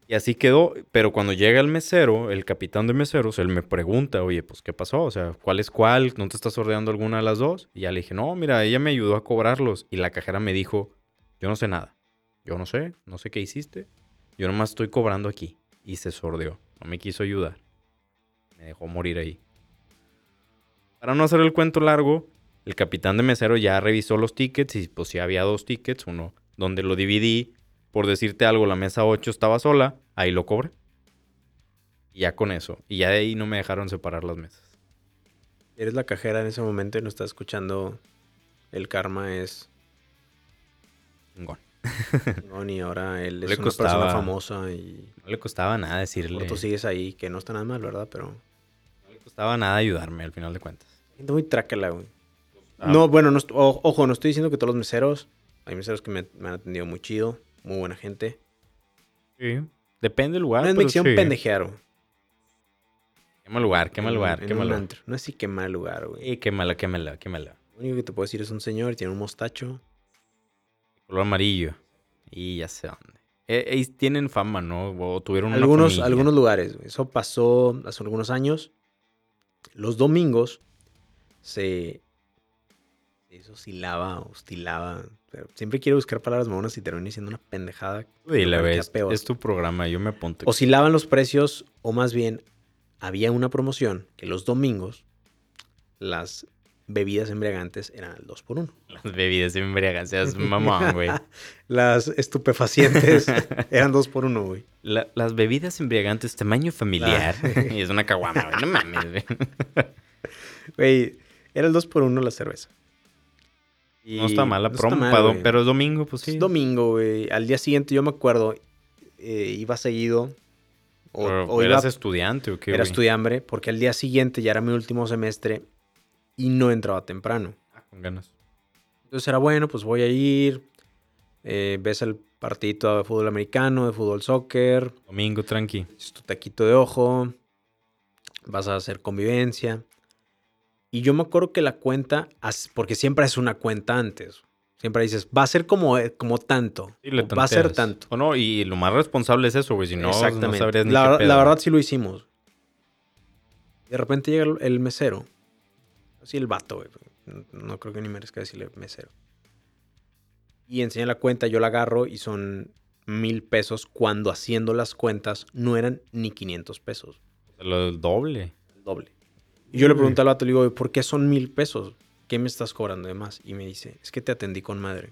Speaker 2: Y así quedó, pero cuando llega el mesero, el capitán de meseros, él me pregunta, oye, pues, ¿qué pasó? O sea, ¿cuál es cuál? ¿No te estás ordenando alguna de las dos? Y ya le dije, no, mira, ella me ayudó a cobrarlos. Y la cajera me dijo, yo no sé nada. Yo no sé, no sé qué hiciste. Yo nomás estoy cobrando aquí. Y se sordeó. No me quiso ayudar. Me dejó morir ahí. Para no hacer el cuento largo, el capitán de mesero ya revisó los tickets y pues ya había dos tickets, uno donde lo dividí, por decirte algo, la mesa 8 estaba sola, ahí lo cobré. Y ya con eso, y ya de ahí no me dejaron separar las mesas.
Speaker 1: Eres la cajera en ese momento y no estás escuchando. El karma es
Speaker 2: Chingón.
Speaker 1: no, ni ahora él
Speaker 2: (laughs) No
Speaker 1: es
Speaker 2: le
Speaker 1: una
Speaker 2: costaba.
Speaker 1: persona famosa y
Speaker 2: No le costaba nada decirle,
Speaker 1: por tú sigues ahí, que no está nada mal, ¿verdad? Pero
Speaker 2: no le costaba nada ayudarme al final de cuentas.
Speaker 1: Gente muy trácala, güey.
Speaker 2: Ah.
Speaker 1: No, bueno, no est- o- ojo, no estoy diciendo que todos los meseros. Hay meseros que me, me han atendido muy chido, muy buena gente.
Speaker 2: Sí. Depende del lugar,
Speaker 1: no es
Speaker 2: Ah, pero
Speaker 1: me quisieron
Speaker 2: sí.
Speaker 1: pendejear, güey.
Speaker 2: Qué mal lugar, qué
Speaker 1: En
Speaker 2: mal
Speaker 1: un-
Speaker 2: lugar,
Speaker 1: en
Speaker 2: qué
Speaker 1: un
Speaker 2: mal lugar.
Speaker 1: antro. No es así qué mal lugar, güey.
Speaker 2: Eh, qué mala, qué mala, qué mala.
Speaker 1: Lo único que te puedo decir es un señor, tiene un mostacho.
Speaker 2: Color amarillo. Y ya sé dónde. Eh, eh, tienen fama, ¿no? O tuvieron una
Speaker 1: Algunos,
Speaker 2: familia.
Speaker 1: algunos lugares, güey. Eso pasó hace algunos años. Los domingos se... Eso oscilaba, oscilaba. Pero siempre quiero buscar palabras monas y termino diciendo una pendejada.
Speaker 2: Y la
Speaker 1: Pero queda
Speaker 2: ves,
Speaker 1: peor.
Speaker 2: es tu programa, yo me apunto.
Speaker 1: oscilaban los precios, o más bien, había una promoción que los domingos las bebidas embriagantes eran al 2 por 1
Speaker 2: Las bebidas embriagantes, mamón,
Speaker 1: (laughs)
Speaker 2: güey.
Speaker 1: Las
Speaker 2: (laughs)
Speaker 1: estupefacientes eran 2 por 1 güey.
Speaker 2: La- las bebidas embriagantes tamaño familiar.
Speaker 1: Ah.
Speaker 2: y (laughs) es una caguama, güey. No
Speaker 1: (laughs)
Speaker 2: mames, güey.
Speaker 1: Güey, era el 2 por 1 la cerveza. Y
Speaker 2: No está mala
Speaker 1: no está
Speaker 2: promo,
Speaker 1: mal,
Speaker 2: pa-
Speaker 1: güey.
Speaker 2: pero es domingo, pues sí.
Speaker 1: Es domingo, güey. Al día siguiente, yo me acuerdo, eh, iba seguido. O,
Speaker 2: Pero,
Speaker 1: o iba,
Speaker 2: ¿Eras estudiante o qué,
Speaker 1: era
Speaker 2: güey?
Speaker 1: estudiambre, porque al día siguiente ya era mi último semestre y no entraba temprano.
Speaker 2: Ah, Con ganas.
Speaker 1: Entonces era bueno, pues voy a ir. eh, ves el partidito de fútbol americano, de fútbol soccer,
Speaker 2: Domingo, tranqui.
Speaker 1: es tu taquito de ojo, vas a hacer convivencia. Y yo me acuerdo que la cuenta, as- porque siempre es una cuenta antes. Siempre dices, va a ser como, eh, como tanto.
Speaker 2: Y le
Speaker 1: o va a ser
Speaker 2: tanteas.
Speaker 1: tanto.
Speaker 2: O no, y lo más responsable es eso, güey. Si no, no sabrías ni
Speaker 1: la,
Speaker 2: qué
Speaker 1: verdad-
Speaker 2: pedo.
Speaker 1: la verdad sí lo hicimos. De repente llega el, el mesero. Así el vato, güey. No, no creo que ni merezca decirle mesero. Y enseña la cuenta, yo la agarro y son mil pesos cuando haciendo las cuentas no eran ni 500 pesos.
Speaker 2: Lo doble.
Speaker 1: El doble. Y yo le
Speaker 2: Uy.
Speaker 1: pregunto al vato, le digo, "Oye, ¿por qué son mil pesos? ¿Qué me estás cobrando de más? Y me dice, es que te atendí con madre.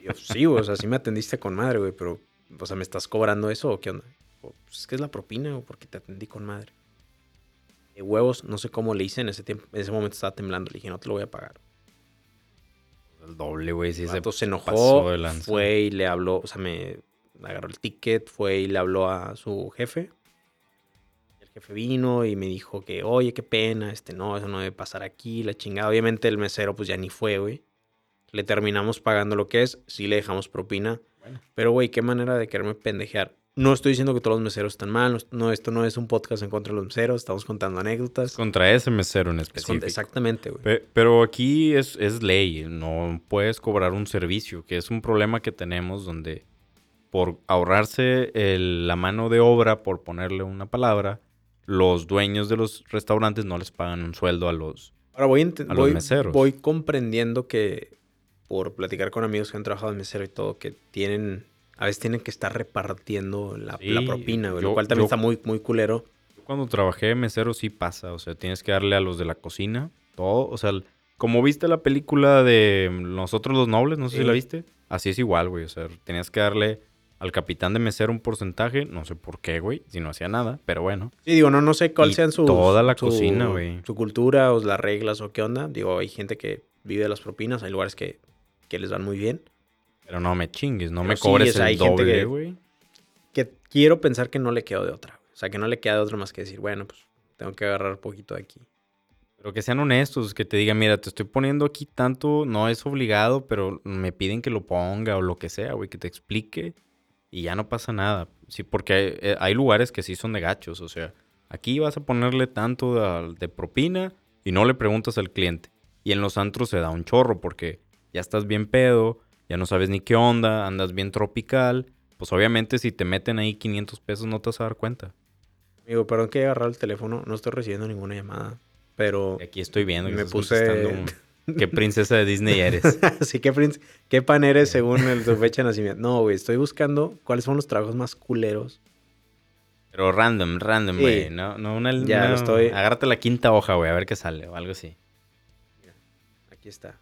Speaker 1: Y yo, sí, güey, o sea, sí me atendiste con madre, güey, pero, o sea, ¿me estás cobrando eso o qué onda? O, Pues es que es la propina, o porque te atendí con madre. De huevos, no sé cómo le hice en ese tiempo, en ese momento estaba temblando, le dije, no te lo voy a pagar.
Speaker 2: El doble, güey. Sí,
Speaker 1: El
Speaker 2: se
Speaker 1: vato se enojó,
Speaker 2: pasó de lanza.
Speaker 1: fue y le habló, o sea, me agarró el ticket, fue y le habló a su jefe. El jefe vino y me dijo que, oye, qué pena, este, no, eso no debe pasar aquí, la chingada. Obviamente el mesero pues ya ni fue, güey. Le terminamos pagando lo que es, sí le dejamos propina.
Speaker 2: Bueno.
Speaker 1: Pero, güey, qué manera de quererme pendejear. No estoy diciendo que todos los meseros están mal, no- no, esto no es un podcast en contra de los meseros, estamos contando anécdotas.
Speaker 2: Contra ese mesero en
Speaker 1: Es con-
Speaker 2: específico.
Speaker 1: Exactamente, güey.
Speaker 2: Pe- Pero aquí es, es ley, no puedes cobrar un servicio, que es un problema que tenemos donde por ahorrarse el- la mano de obra, por ponerle una palabra, los dueños de los restaurantes no les pagan un sueldo a los...
Speaker 1: Ahora voy, ente-
Speaker 2: a los
Speaker 1: voy,
Speaker 2: meseros.
Speaker 1: voy comprendiendo que por platicar con amigos que han trabajado de mesero y todo, que tienen, a veces tienen que estar repartiendo la, la
Speaker 2: Sí,
Speaker 1: propina, güey,
Speaker 2: yo-
Speaker 1: lo cual también
Speaker 2: yo-
Speaker 1: está muy, muy culero.
Speaker 2: Cuando trabajé de mesero sí pasa, o sea, tienes que darle a los de la cocina todo, o sea, el- como viste la película de Nosotros los Nobles, no sé si
Speaker 1: Sí.
Speaker 2: la viste, así es igual, güey, o sea, tenías que darle al capitán de mesero un porcentaje, no sé por qué, güey, si no hacía nada, pero bueno.
Speaker 1: Sí, digo, no, no sé cuál
Speaker 2: Y
Speaker 1: sean sus...
Speaker 2: toda la
Speaker 1: su-
Speaker 2: cocina, güey.
Speaker 1: Su cultura o las reglas o qué onda. Digo, hay gente que vive de las propinas, hay lugares que, que les van muy bien.
Speaker 2: Pero no me chingues, no
Speaker 1: Pero
Speaker 2: me
Speaker 1: sí,
Speaker 2: cobres
Speaker 1: o sea, hay
Speaker 2: el
Speaker 1: gente
Speaker 2: doble,
Speaker 1: que-
Speaker 2: güey.
Speaker 1: Que quiero pensar que no le quedó de otra. O sea, que no le queda de otra más que decir, bueno, pues tengo que agarrar poquito de aquí.
Speaker 2: Pero que sean honestos, que te digan, mira, te estoy poniendo aquí tanto, no es obligado, pero me piden que lo ponga o lo que sea, güey, que te explique y ya no pasa nada. Sí, porque hay, eh, hay lugares que sí son de gachos, o sea, aquí vas a ponerle tanto de, de propina y no le preguntas al cliente. Y en los antros se da un chorro porque ya estás bien pedo, ya no sabes ni qué onda, andas bien tropical. Pues obviamente si te meten ahí 500 pesos no te vas a dar cuenta.
Speaker 1: Amigo, perdón que he agarrado el teléfono, no estoy recibiendo ninguna llamada, pero...
Speaker 2: Y Aquí estoy viendo que
Speaker 1: Me
Speaker 2: estás
Speaker 1: puse-
Speaker 2: contestando un- ¿Qué princesa de Disney eres?
Speaker 1: Así que, Prince, ¿qué pan eres según el, tu fecha de nacimiento? No, güey, estoy buscando cuáles son los trabajos más culeros.
Speaker 2: Pero random, random,
Speaker 1: Sí.
Speaker 2: güey. No, no, una...
Speaker 1: Ya, lo
Speaker 2: una-
Speaker 1: estoy-
Speaker 2: Agárrate la quinta hoja, güey, a ver qué sale o algo así.
Speaker 1: Aquí está.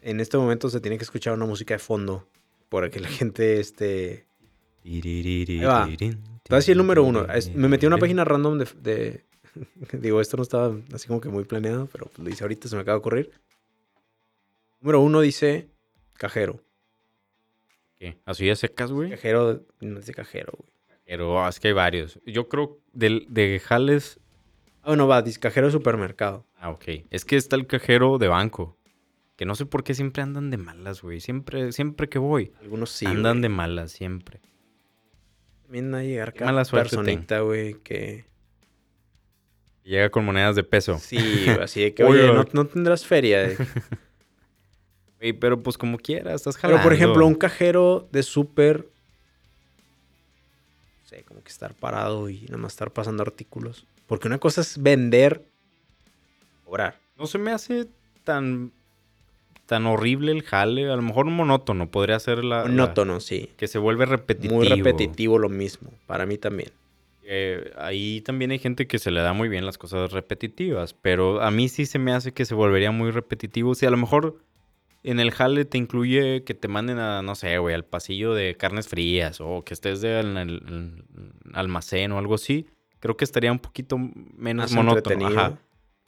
Speaker 1: En este momento se tiene que escuchar una música de fondo para que la gente esté... va. Te voy a decir el número uno. Es- Me metí a una página random de... de- (laughs) Digo, esto no estaba así como que muy planeado, pero pues lo hice ahorita, se me acaba de ocurrir. Número uno dice cajero.
Speaker 2: ¿Qué? Así ya secas, güey.
Speaker 1: Cajero, no dice cajero, güey.
Speaker 2: Pero ah, es que hay varios. Yo creo del, de Jales.
Speaker 1: Ah, bueno, va, dice cajero de supermercado.
Speaker 2: Ah, ok. Es que está el cajero de banco. Que no sé por qué siempre andan de malas, güey. Siempre, siempre que voy.
Speaker 1: Algunos sí.
Speaker 2: andan
Speaker 1: güey.
Speaker 2: de malas, siempre.
Speaker 1: También hay llegar
Speaker 2: Qué
Speaker 1: cada
Speaker 2: mala suerte
Speaker 1: personita, güey, que...
Speaker 2: Llega con monedas de peso.
Speaker 1: Sí, güey, así de que,
Speaker 2: Oye,
Speaker 1: oye,
Speaker 2: güey.
Speaker 1: no, no tendrás feria. de-
Speaker 2: Güey, pero pues como quieras, estás jalando.
Speaker 1: Pero, por ejemplo, un cajero de súper... No sé, como que estar parado y nada más estar pasando artículos. Porque una cosa es vender, cobrar.
Speaker 2: No se me hace tan, tan horrible el jale. A lo mejor monótono podría ser la... la-
Speaker 1: Monótono, sí.
Speaker 2: que se vuelve Ah, repetitivo.
Speaker 1: Muy repetitivo lo mismo, para mí también.
Speaker 2: Eh, ahí también hay gente que se le da muy bien las cosas repetitivas, pero a mí sí se me hace que se volvería muy repetitivo. Si a lo mejor en el jale te incluye que te manden a, no sé, güey, al pasillo de carnes frías o que estés de- en el, en almacén o algo así, creo que estaría un poquito menos
Speaker 1: Más
Speaker 2: monótono.
Speaker 1: entretenido.
Speaker 2: Ajá.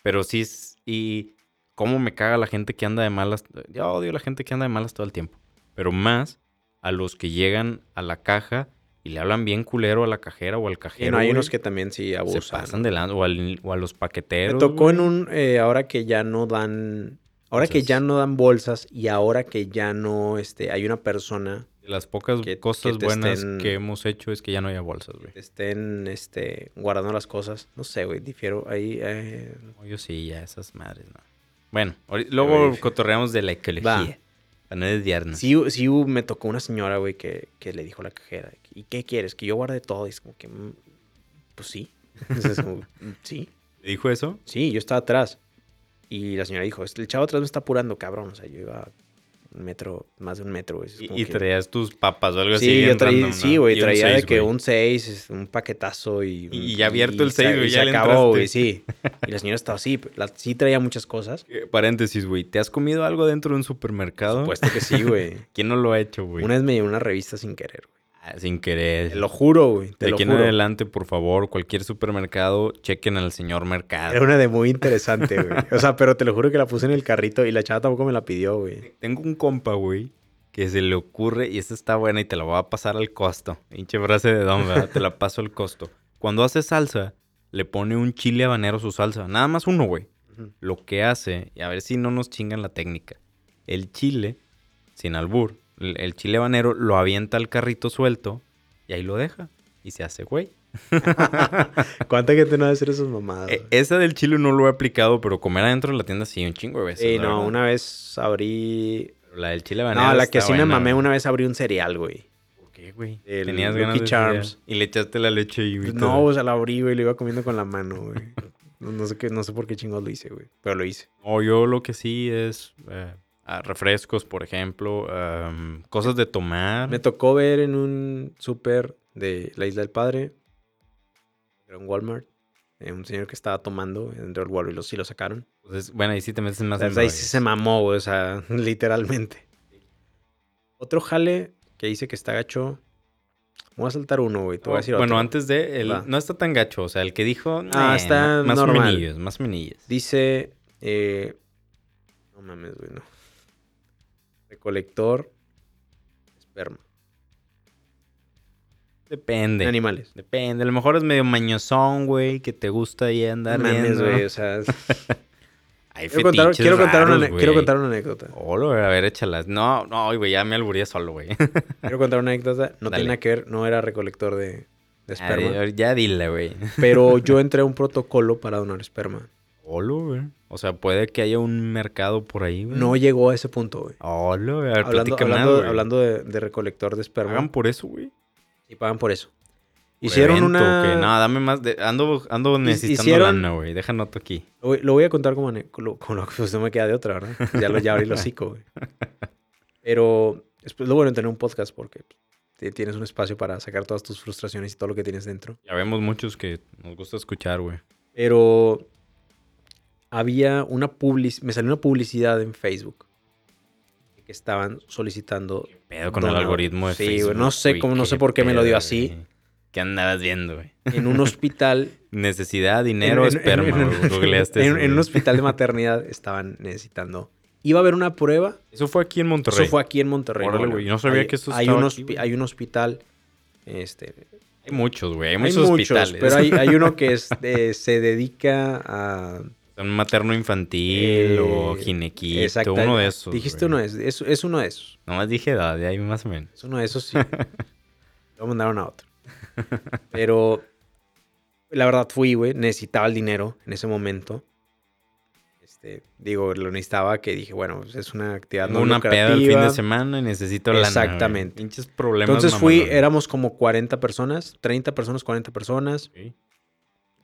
Speaker 2: Pero sí, es- y cómo me caga la gente que anda de malas. Yo odio la gente que anda de malas todo el tiempo. Pero más a los que llegan a la caja y le hablan bien culero a la cajera o al
Speaker 1: Y
Speaker 2: cajero.
Speaker 1: no, hay
Speaker 2: güey.
Speaker 1: unos que también sí
Speaker 2: se
Speaker 1: abusan.
Speaker 2: pasan de lanza o, al- o a los
Speaker 1: Me
Speaker 2: paqueteros.
Speaker 1: tocó
Speaker 2: güey.
Speaker 1: en un. eh, ahora que ya no dan. Ahora que
Speaker 2: Bolsas.
Speaker 1: ya no dan bolsas y ahora que ya no este, hay una persona
Speaker 2: De las pocas
Speaker 1: que-
Speaker 2: cosas
Speaker 1: que te
Speaker 2: buenas
Speaker 1: estén-
Speaker 2: que hemos hecho es que ya no haya bolsas, güey.
Speaker 1: que estén este, guardando las cosas. No sé, güey, difiero. Ahí. eh,
Speaker 2: No, yo sí, ya esas madres, no. Bueno, ahori- luego
Speaker 1: güey.
Speaker 2: cotorreamos de la ecología.
Speaker 1: Va.
Speaker 2: Para no desviarnos.
Speaker 1: Sí, hu- sí hu- me tocó una señora, güey, que, que le dijo a la cajera, ¿y qué quieres? Que yo guarde todo. Y es como que, "Mm, pues sí. (laughs) Entonces, como, "Mm, sí,
Speaker 2: ¿Le dijo eso?
Speaker 1: sí, yo estaba atrás. Y la señora dijo, el chavo atrás me está apurando, cabrón. O sea, yo iba un metro, más de un metro, güey. Es
Speaker 2: Y,
Speaker 1: como
Speaker 2: y
Speaker 1: que-
Speaker 2: traías tus papas o algo así.
Speaker 1: Sí, yo
Speaker 2: bien
Speaker 1: traí-
Speaker 2: random,
Speaker 1: sí,
Speaker 2: ¿no?
Speaker 1: güey,
Speaker 2: Y un
Speaker 1: traía de
Speaker 2: seis,
Speaker 1: que
Speaker 2: güey.
Speaker 1: un 6, un paquetazo y...
Speaker 2: Y ya abierto el
Speaker 1: se-
Speaker 2: seis, güey,
Speaker 1: y
Speaker 2: ya
Speaker 1: se
Speaker 2: le
Speaker 1: acabó, güey,
Speaker 2: entraste.
Speaker 1: sí. Y la señora estaba así, la- sí traía muchas cosas.
Speaker 2: Eh, Paréntesis, güey. ¿Te has comido algo dentro de un supermercado?
Speaker 1: Por supuesto que sí, güey.
Speaker 2: ¿Quién no lo ha hecho, (laughs) güey?
Speaker 1: Una vez me llevé una revista sin querer, güey.
Speaker 2: Ah, Sin querer.
Speaker 1: Te lo juro, güey, te
Speaker 2: de
Speaker 1: lo
Speaker 2: aquí en
Speaker 1: juro.
Speaker 2: adelante, por favor, cualquier supermercado, chequen al señor Mercado.
Speaker 1: Era una de muy interesante, güey. O sea, pero te lo juro que la puse en el carrito y la chava tampoco me la pidió, güey.
Speaker 2: Tengo un compa, güey, que se le ocurre, y esta está buena y te la voy a pasar al costo. Hinche frase de don, ¿verdad?
Speaker 1: (laughs)
Speaker 2: te la paso al costo. Cuando hace salsa, le pone un chile habanero a su salsa. Nada más uno, güey. lo que hace, y a ver si no nos chingan la técnica, el chile, sin albur, el, el chile habanero lo avienta al carrito suelto y ahí lo deja y se hace güey.
Speaker 1: ¿Cuánta gente no va a hacer esas mamadas?
Speaker 2: E-
Speaker 1: güey?
Speaker 2: esa del chile no lo he aplicado, pero comer adentro de la tienda sí, un chingo de veces.
Speaker 1: Sí,
Speaker 2: la
Speaker 1: no,
Speaker 2: verdad.
Speaker 1: una vez abrí...
Speaker 2: Pero la del chile habanero.
Speaker 1: No, la que
Speaker 2: está
Speaker 1: sí me
Speaker 2: buena,
Speaker 1: mamé
Speaker 2: güey.
Speaker 1: una vez abrí un cereal, güey.
Speaker 2: ¿Por qué, güey?
Speaker 1: El
Speaker 2: Tenías
Speaker 1: Lucky
Speaker 2: ganas de ese
Speaker 1: Charms. Pues
Speaker 2: día. Y le echaste la leche y... güey,
Speaker 1: No,
Speaker 2: todo.
Speaker 1: o sea, la abrí, güey, lo iba comiendo con la mano, güey. No, no sé qué, no sé por qué chingos lo hice, güey. Pero lo hice.
Speaker 2: No, yo lo que sí es... eh, ah, refrescos, por ejemplo, am, cosas de tomar.
Speaker 1: Me tocó ver en un súper de la Isla del Padre, era un Walmart, eh, un señor que estaba tomando dentro del Walmart y lo, sí lo sacaron.
Speaker 2: Entonces, bueno, ahí sí te metes en
Speaker 1: O
Speaker 2: más...
Speaker 1: sea, ahí sí
Speaker 2: embrollos.
Speaker 1: se mamó, güey, o sea, (laughs) literalmente. Otro jale que dice que está gacho. Voy a saltar uno, güey. Te voy a
Speaker 2: Oh,
Speaker 1: decir
Speaker 2: bueno,
Speaker 1: otro.
Speaker 2: antes de el-
Speaker 1: Va.
Speaker 2: no está tan gacho, o sea, el que dijo
Speaker 1: Ah,
Speaker 2: "Nah,
Speaker 1: está
Speaker 2: ma- más
Speaker 1: normal".
Speaker 2: menillos, más menillos.
Speaker 1: Dice. eh, no mames, güey, no. Recolector. Esperma.
Speaker 2: Depende.
Speaker 1: de Animales.
Speaker 2: Depende, a lo mejor es medio mañosón, güey, que te gusta ahí andar
Speaker 1: No mames,
Speaker 2: viendo.
Speaker 1: güey. O
Speaker 2: (laughs)
Speaker 1: sea,
Speaker 2: Hay
Speaker 1: quiero contar,
Speaker 2: fetiches
Speaker 1: quiero, contar una,
Speaker 2: raros,
Speaker 1: ane- quiero
Speaker 2: güey.
Speaker 1: contar una anécdota.
Speaker 2: Hola, güey, a ver, échalas. No, no, güey, ya me alburía solo, güey.
Speaker 1: Quiero contar una anécdota. No
Speaker 2: Dale.
Speaker 1: tiene nada que ver, no era recolector de, de
Speaker 2: A
Speaker 1: esperma.
Speaker 2: ver, ya dile, güey.
Speaker 1: pero yo entré a un protocolo para donar esperma.
Speaker 2: Olo, güey. O sea, puede que haya un mercado por ahí, güey.
Speaker 1: No llegó a ese punto, güey.
Speaker 2: Olo, güey. Mm. A ver,
Speaker 1: Hablando,
Speaker 2: platica más,
Speaker 1: hablando-
Speaker 2: güey.
Speaker 1: hablando de, de recolector de esperma.
Speaker 2: Pagan por eso, güey.
Speaker 1: Y pagan por eso.
Speaker 2: Por
Speaker 1: Hicieron
Speaker 2: evento,
Speaker 1: una...
Speaker 2: ¿o qué? No, dame más. de- Ando, ando necesitando
Speaker 1: hicieron-
Speaker 2: lana, güey. Deja nota aquí.
Speaker 1: Lo voy- Lo voy a contar como, ane- con lo- con lo que pues no me queda de otra, ¿verdad? Ya lo ya abrí el hocico,
Speaker 2: (laughs)
Speaker 1: güey. Pero es pues, lo bueno de tener un podcast porque te- tienes un espacio para sacar todas tus frustraciones y todo lo que tienes dentro.
Speaker 2: Ya vemos muchos que nos gusta escuchar, güey.
Speaker 1: Pero había una publicidad, me salió una publicidad en Facebook que estaban solicitando
Speaker 2: Pedo con el
Speaker 1: Donador.
Speaker 2: algoritmo de
Speaker 1: Sí, güey,
Speaker 2: Facebook.
Speaker 1: no sé cómo- no
Speaker 2: qué
Speaker 1: sé por qué me lo dio
Speaker 2: pedo,
Speaker 1: así.
Speaker 2: güey. ¿Qué andabas viendo, güey?
Speaker 1: en un
Speaker 2: (laughs)
Speaker 1: hospital
Speaker 2: Necesidad, dinero,
Speaker 1: En- en-
Speaker 2: esperma,
Speaker 1: en- en-
Speaker 2: güey. Googleaste
Speaker 1: en-
Speaker 2: eso,
Speaker 1: en un
Speaker 2: güey.
Speaker 1: hospital de maternidad estaban necesitando. Iba a haber una prueba
Speaker 2: Eso fue aquí en Monterrey.
Speaker 1: Eso fue aquí en Monterrey.
Speaker 2: Órale,
Speaker 1: Nuevo
Speaker 2: güey,
Speaker 1: León.
Speaker 2: yo no sabía
Speaker 1: hay,
Speaker 2: que eso
Speaker 1: hay
Speaker 2: estaba
Speaker 1: un
Speaker 2: aquí,
Speaker 1: hospi-
Speaker 2: güey.
Speaker 1: hay un hospital. Este,
Speaker 2: Hay muchos, güey. Hay
Speaker 1: hay
Speaker 2: muchos hospitales.
Speaker 1: pero hay, hay uno que
Speaker 2: (laughs)
Speaker 1: es de- se dedica a.
Speaker 2: Un materno infantil
Speaker 1: Eh,
Speaker 2: o ginequito.
Speaker 1: Exacto,
Speaker 2: Uno de esos.
Speaker 1: Dijiste
Speaker 2: güey.
Speaker 1: uno de esos. Es, es uno de esos.
Speaker 2: Nomás dije edad, de ahí más o menos.
Speaker 1: Es uno de esos,
Speaker 2: (laughs)
Speaker 1: sí. Lo mandaron a otro. Pero la verdad fui, güey. Necesitaba el dinero en ese momento. Este, digo, lo necesitaba que dije, bueno, pues es una actividad
Speaker 2: Tengo
Speaker 1: no
Speaker 2: una peda el fin de
Speaker 1: lucrativa.
Speaker 2: semana y necesito lana. güey.
Speaker 1: Exactamente.
Speaker 2: Pinches problemas.
Speaker 1: Entonces fui,
Speaker 2: mamalones.
Speaker 1: éramos como 40 personas, 30 personas, 40 personas.
Speaker 2: Sí.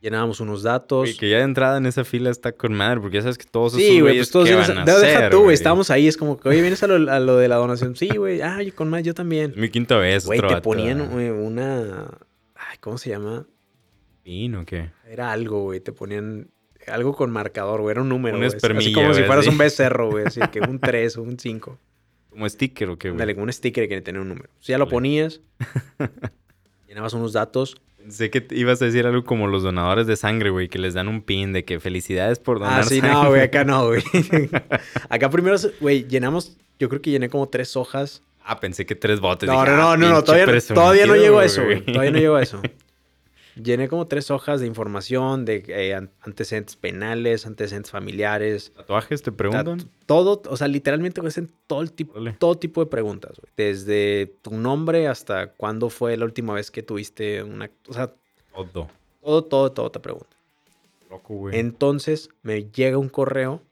Speaker 1: Llenábamos unos datos.
Speaker 2: Güey, que ya de entrada en esa fila está con madre, porque ya sabes que todos esos
Speaker 1: Sí, güey, pues todos
Speaker 2: ¿qué
Speaker 1: vienes-
Speaker 2: van a
Speaker 1: no, deja
Speaker 2: hacer,
Speaker 1: tú, güey, estábamos ahí, es como que, oye, vienes a lo, a lo de la donación. Sí, güey, ay, con más, yo
Speaker 2: Es
Speaker 1: también.
Speaker 2: mi quinta vez.
Speaker 1: Güey,
Speaker 2: otro
Speaker 1: te
Speaker 2: vato,
Speaker 1: ponían
Speaker 2: ah,
Speaker 1: güey, una, ay, ¿cómo se llama?
Speaker 2: pin o qué?
Speaker 1: Era algo, güey, te ponían algo con marcador, güey, era un número,
Speaker 2: Un
Speaker 1: güey, así- así
Speaker 2: espermilla,
Speaker 1: como si
Speaker 2: güey,
Speaker 1: fueras
Speaker 2: así.
Speaker 1: un becerro, güey, así que
Speaker 2: (laughs)
Speaker 1: un 3 o un 5.
Speaker 2: Como sticker o qué, güey.
Speaker 1: Dale, con un sticker que tenía un número. Si ya lo
Speaker 2: Dale. (laughs)
Speaker 1: ponías, llenabas unos datos.
Speaker 2: Sé que te ibas a decir algo como los donadores de sangre, güey, que les dan un pin de que felicidades por donar
Speaker 1: Ah, sí,
Speaker 2: sangre.
Speaker 1: no, güey, acá no, güey. acá primero, güey, llenamos, yo creo que llené como tres hojas.
Speaker 2: (laughs) Ah, pensé que tres botes.
Speaker 1: No,
Speaker 2: Dije,
Speaker 1: no, no,
Speaker 2: ah,
Speaker 1: no, no,
Speaker 2: pinche
Speaker 1: todavía,
Speaker 2: presumido,
Speaker 1: todavía no llego a eso,
Speaker 2: güey.
Speaker 1: güey. Todavía no llego a
Speaker 2: (laughs)
Speaker 1: eso. Llené como tres hojas de información, de eh, an- antecedentes penales, antecedentes familiares.
Speaker 2: ¿Tatuajes te
Speaker 1: O sea,
Speaker 2: preguntan?
Speaker 1: t- todo, o sea, literalmente me hacen todo, el tipo,
Speaker 2: Órale.
Speaker 1: todo tipo de preguntas, güey. Desde tu nombre hasta cuándo fue la última vez que tuviste una... O sea,
Speaker 2: Todo.
Speaker 1: todo, todo, todo te preguntan.
Speaker 2: Loco, güey.
Speaker 1: Entonces me llega un correo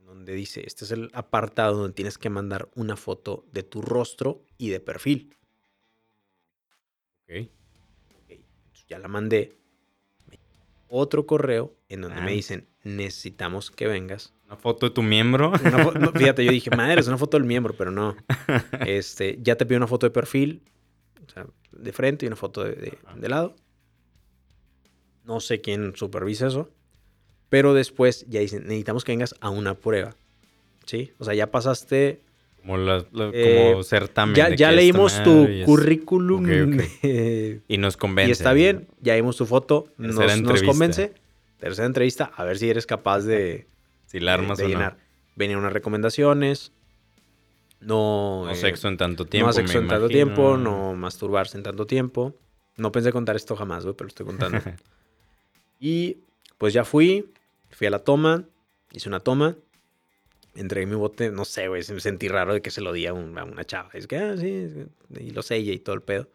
Speaker 1: en donde dice, este es el apartado donde tienes que mandar una foto de tu rostro y de perfil.
Speaker 2: Ok.
Speaker 1: Entonces, ya la mandé. Otro correo en donde
Speaker 2: Ah.
Speaker 1: me dicen, necesitamos que vengas.
Speaker 2: Una foto de
Speaker 1: (laughs)
Speaker 2: tu miembro.
Speaker 1: Una fo- no, fíjate, yo dije, madre, es una foto del miembro, pero no. Este, ya te pido una foto de perfil, o sea, de frente y una foto de, de-
Speaker 2: Ajá.
Speaker 1: de lado. No sé quién supervisa eso. Pero después ya dicen, necesitamos que vengas a una prueba. ¿Sí? O sea, ya pasaste
Speaker 2: Como, la- la-
Speaker 1: Eh,
Speaker 2: como certamen.
Speaker 1: ya,
Speaker 2: de
Speaker 1: ya
Speaker 2: Ah, que
Speaker 1: leímos
Speaker 2: esta
Speaker 1: tu
Speaker 2: madre y es-
Speaker 1: currículum
Speaker 2: Ok, ok.
Speaker 1: eh,
Speaker 2: Y nos convence.
Speaker 1: y está bien, ya vimos tu foto, nos,
Speaker 2: Tercera
Speaker 1: nos
Speaker 2: entrevista.
Speaker 1: convence. Tercera entrevista, a ver si eres capaz de,
Speaker 2: Si la armas
Speaker 1: de
Speaker 2: o no.
Speaker 1: llenar. Venían unas recomendaciones, no,
Speaker 2: No
Speaker 1: eh,
Speaker 2: sexo en tanto
Speaker 1: no
Speaker 2: tiempo.
Speaker 1: más sexo
Speaker 2: me
Speaker 1: en tanto
Speaker 2: imagino.
Speaker 1: tiempo, no masturbarse en tanto tiempo. No pensé contar esto jamás, güey, pero lo estoy contando.
Speaker 2: (laughs)
Speaker 1: y pues ya fui, fui a la toma, hice una toma, entregué mi bote, no sé, güey, se- me sentí raro de que se lo di a, un- a una chava. Es que, ah, sí, es que- y lo sellé y todo el pedo.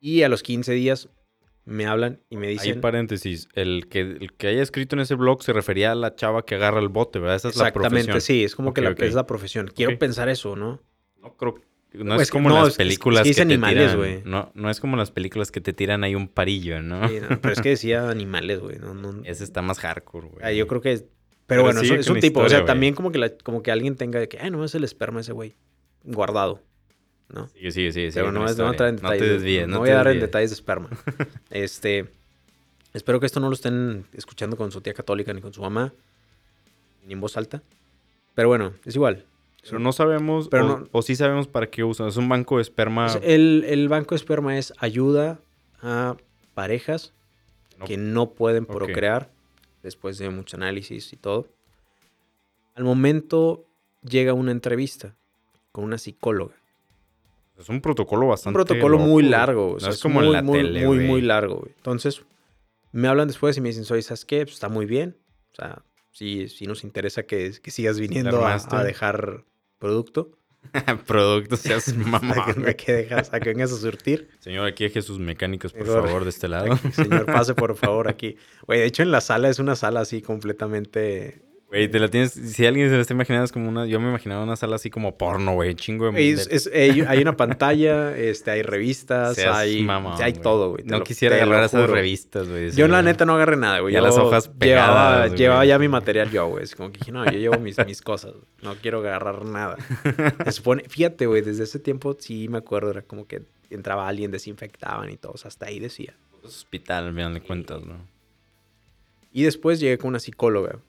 Speaker 1: Y a los 15 días me hablan y me
Speaker 2: Ahí
Speaker 1: dicen...
Speaker 2: paréntesis, el que, el que haya escrito en ese blog se refería a la chava que agarra el bote, ¿verdad? Esa es la
Speaker 1: Exactamente,
Speaker 2: profesión.
Speaker 1: sí, es como que
Speaker 2: Ok,
Speaker 1: la,
Speaker 2: ok.
Speaker 1: es la profesión. Quiero
Speaker 2: Ok.
Speaker 1: pensar eso, ¿no?
Speaker 2: No creo, no
Speaker 1: Pues
Speaker 2: es
Speaker 1: que-
Speaker 2: como en
Speaker 1: no, es-
Speaker 2: las
Speaker 1: es que
Speaker 2: películas que,
Speaker 1: dice
Speaker 2: te
Speaker 1: animales,
Speaker 2: tiran-
Speaker 1: güey.
Speaker 2: No, no es como en las películas que te tiran ahí un parillo, ¿no?
Speaker 1: Sí, no, Pero es que decía animales, güey. No,
Speaker 2: (laughs)
Speaker 1: no,
Speaker 2: Ese está más hardcore, güey.
Speaker 1: Ah, yo creo que. es- Pero,
Speaker 2: Pero
Speaker 1: bueno,
Speaker 2: sigue
Speaker 1: es, es
Speaker 2: con
Speaker 1: un
Speaker 2: la
Speaker 1: tipo. o
Speaker 2: historia,
Speaker 1: sea,
Speaker 2: güey.
Speaker 1: también como que, la- como que alguien tenga de que, ay, no es el esperma ese güey. Guardado. ¿No?
Speaker 2: Sí, sí, sí.
Speaker 1: Pero no, es- no voy a entrar en
Speaker 2: No
Speaker 1: detalles.
Speaker 2: te desvíes.
Speaker 1: no
Speaker 2: No,
Speaker 1: voy a dar en detalles de
Speaker 2: (laughs)
Speaker 1: esperma. este. Espero que esto no lo estén escuchando con su tía católica, ni con su mamá, ni en voz alta. Pero bueno, es igual.
Speaker 2: Pero no sabemos,
Speaker 1: Pero
Speaker 2: o,
Speaker 1: no-
Speaker 2: o sí sabemos para qué usan. Es un banco de esperma.
Speaker 1: O sea, el, el banco de esperma es ayuda a parejas
Speaker 2: No.
Speaker 1: que no pueden
Speaker 2: Ok.
Speaker 1: procrear después de mucho análisis y todo. Al momento llega una entrevista con una psicóloga.
Speaker 2: es un protocolo
Speaker 1: Un
Speaker 2: bastante.
Speaker 1: protocolo
Speaker 2: loco,
Speaker 1: muy
Speaker 2: güey.
Speaker 1: largo.
Speaker 2: No
Speaker 1: o sea,
Speaker 2: es como
Speaker 1: muy,
Speaker 2: en la
Speaker 1: muy,
Speaker 2: tele,
Speaker 1: Muy,
Speaker 2: güey. (laughs)
Speaker 1: muy largo. güey. Entonces, me hablan después y me dicen, soy, ¿sabes qué? Pues, está muy bien. O sea, sí, sí nos interesa que, que sigas viniendo a,
Speaker 2: armaste.
Speaker 1: a dejar producto. (laughs)
Speaker 2: Productos, seas mamá.
Speaker 1: Saquen de que dejas, a que vengas a surtir.
Speaker 2: Señor, aquí deje sus mecánicos, por
Speaker 1: Mejor.
Speaker 2: favor, de este lado.
Speaker 1: Señor, pase por favor aquí. Güey, de hecho en la sala es una sala así completamente...
Speaker 2: Güey, te la tienes. Si alguien se la está imaginando, es como una. Yo me imaginaba una sala así como porno, güey. Chingo de.
Speaker 1: Es-
Speaker 2: de-
Speaker 1: es- hay hay una pantalla, este, hay revistas,
Speaker 2: seas
Speaker 1: hay,
Speaker 2: mamón,
Speaker 1: hay todo, güey. te
Speaker 2: No
Speaker 1: lo-
Speaker 2: quisiera
Speaker 1: te lo
Speaker 2: agarrar esas
Speaker 1: juro.
Speaker 2: revistas, güey.
Speaker 1: Yo la neta no agarré nada, güey.
Speaker 2: Ya
Speaker 1: Yo
Speaker 2: las hojas
Speaker 1: Llevaba,
Speaker 2: pegadas, güey.
Speaker 1: llevaba ya mi material yo, güey. Es como que dije, no, yo llevo mis, mis cosas. güey. No quiero agarrar nada. Se supone, fíjate, güey, desde ese tiempo sí me acuerdo. Era como que entraba alguien, desinfectaban y todos. Hasta ahí decía.
Speaker 2: Hospital, al final de cuentas, ¿no?
Speaker 1: Y después llegué con una psicóloga.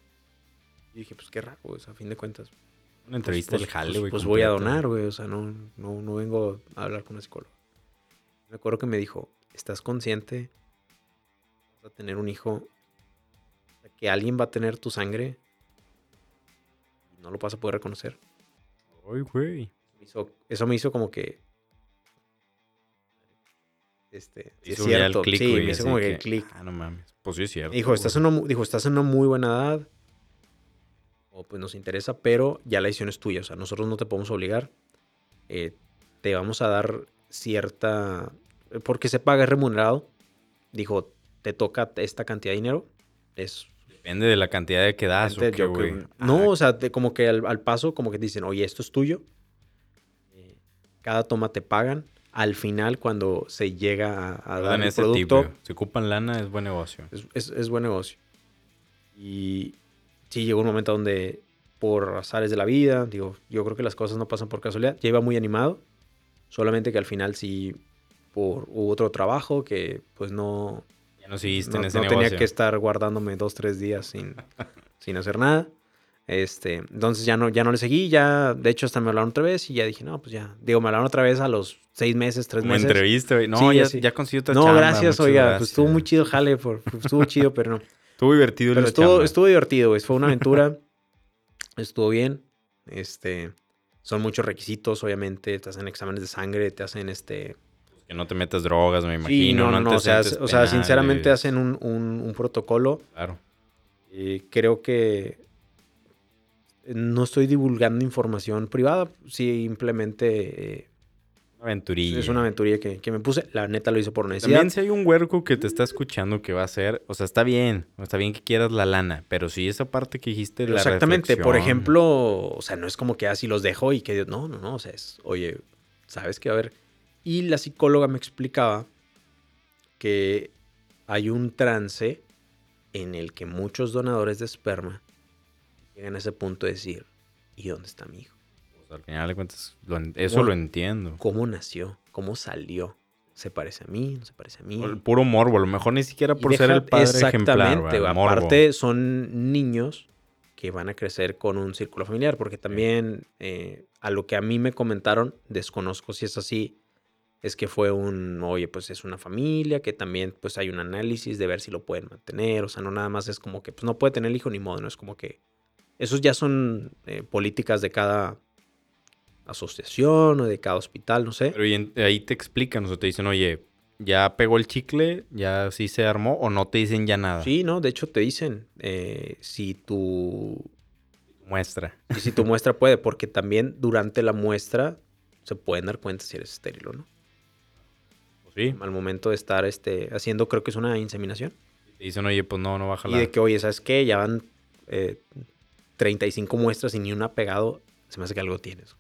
Speaker 1: Y dije, pues qué raro, güey. o sea, a fin de cuentas. pues,
Speaker 2: Una entrevista
Speaker 1: pues,
Speaker 2: del jale,
Speaker 1: pues-
Speaker 2: güey.
Speaker 1: Pues voy a
Speaker 2: completa,
Speaker 1: donar, güey. O sea, no, no, no vengo a hablar con una psicóloga. Me acuerdo que me dijo, ¿estás consciente? Vas a tener un hijo. O sea, Que alguien va a tener tu sangre. Y no lo vas a poder reconocer.
Speaker 2: Ay, güey.
Speaker 1: Me hizo- eso me hizo como que. Este. sí
Speaker 2: Hizo ya el clic,
Speaker 1: sí,
Speaker 2: güey,
Speaker 1: me hizo
Speaker 2: así
Speaker 1: como que el clic.
Speaker 2: Ah, no mames. Pues sí, es cierto.
Speaker 1: Dijo, estás en una, mu- dijo, estás en una muy buena edad. O pues nos interesa, pero ya la decisión es tuya. O sea, nosotros no te podemos obligar. Eh, te vamos a dar cierta. Porque se paga, es remunerado. Dijo, te toca esta cantidad de dinero. Es.
Speaker 2: Depende de la cantidad de que das, ¿o
Speaker 1: gente,
Speaker 2: Ah, qué,
Speaker 1: yo que-
Speaker 2: güey? Ah.
Speaker 1: no, o sea, te- como que al, al paso, como que te dicen, oye, esto es tuyo. Eh, Cada toma te pagan. Al final, cuando se llega a, a
Speaker 2: Ah,
Speaker 1: dar
Speaker 2: en
Speaker 1: el
Speaker 2: ese
Speaker 1: producto,
Speaker 2: tipo. Si ocupan lana, es buen negocio.
Speaker 1: es, es- es buen negocio. Y sí, llegó un momento donde por azares de la vida, digo, yo creo que las cosas no pasan por casualidad. Ya iba muy animado, solamente que al final sí por, hubo otro trabajo que pues no,
Speaker 2: Ya no seguiste
Speaker 1: no,
Speaker 2: en ese
Speaker 1: no
Speaker 2: negocio.
Speaker 1: tenía que estar guardándome dos, tres días
Speaker 2: (laughs)
Speaker 1: sin, sin hacer nada. Este, entonces ya no, ya no le seguí, ya, de hecho hasta me hablaron otra vez y ya dije, no, pues ya, digo, me hablaron otra vez a los seis meses, tres
Speaker 2: Como
Speaker 1: meses.
Speaker 2: entrevista, güey. No,
Speaker 1: Sí,
Speaker 2: ya,
Speaker 1: así.
Speaker 2: ya conseguí otra
Speaker 1: No,
Speaker 2: chamba,
Speaker 1: gracias,
Speaker 2: muchas
Speaker 1: oiga, pues estuvo
Speaker 2: gracias.
Speaker 1: muy chido, jale, por, estuvo chido, pero no.
Speaker 2: Estuvo divertido
Speaker 1: Pero
Speaker 2: la
Speaker 1: estuvo,
Speaker 2: chamba.
Speaker 1: estuvo divertido, güey.
Speaker 2: (laughs)
Speaker 1: Fue una aventura. estuvo bien. Este. Son muchos requisitos, obviamente. Te hacen exámenes de sangre, te hacen este.
Speaker 2: Que no te metas drogas, me imagino.
Speaker 1: Sí, no, no, no. O sea,
Speaker 2: antecedentes
Speaker 1: o sea, sinceramente
Speaker 2: penales.
Speaker 1: hacen un, un- un protocolo.
Speaker 2: Claro.
Speaker 1: Eh, creo que. No estoy divulgando información privada. Simplemente eh,
Speaker 2: Una aventurilla.
Speaker 1: es una aventurilla que, que me puse. La neta lo hice por necesidad.
Speaker 2: También si hay un huerco que te está escuchando que va a hacer, o sea, está bien, está bien que quieras la lana, pero si esa parte que dijiste de la
Speaker 1: Exactamente. Por
Speaker 2: reflexión,
Speaker 1: ejemplo, o sea, no es como que así los dejo y que Dios, no, no, no, o sea, es, oye, sabes que va a haber. Y la psicóloga me explicaba que hay un trance en el que muchos donadores de esperma llegan a ese punto de decir, ¿y dónde está mi hijo?
Speaker 2: o sea, pues, al final de cuentas, lo en- eso
Speaker 1: Bueno.
Speaker 2: lo entiendo.
Speaker 1: ¿Cómo nació? ¿Cómo salió? ¿Se parece a mí? ¿No se parece a mí?
Speaker 2: O el Puro morbo, a lo mejor ni siquiera
Speaker 1: Y
Speaker 2: por ser el
Speaker 1: deja-
Speaker 2: padre ejemplar.
Speaker 1: Exactamente,
Speaker 2: ¿verdad?
Speaker 1: güey.
Speaker 2: Morbo.
Speaker 1: aparte son niños que van a crecer con un círculo familiar, porque también eh, a lo que a mí me comentaron, desconozco si es así, es que fue un, oye, pues es una familia, que también pues hay un análisis de ver si lo pueden mantener, o sea, no nada más es como que, pues no puede tener el hijo ni modo, no es como que, esos ya son eh, políticas de cada asociación o de cada hospital, no sé.
Speaker 2: Pero y en- ahí te explican, o sea, te dicen, oye, ya pegó el chicle, ya sí se armó, o no te dicen ya nada.
Speaker 1: Sí, no, de hecho te dicen, eh, si tu
Speaker 2: Muestra.
Speaker 1: Y si tu muestra puede, porque también durante la muestra se pueden dar cuenta si eres estéril o no.
Speaker 2: Pues sí.
Speaker 1: Al momento de estar este, haciendo, creo que es una inseminación.
Speaker 2: Te dicen, oye, pues no, no va a
Speaker 1: Y
Speaker 2: jalar.
Speaker 1: de que, oye, ¿sabes qué? Ya van eh, 35 muestras y ni una ha pegado. Se me hace que algo tienes.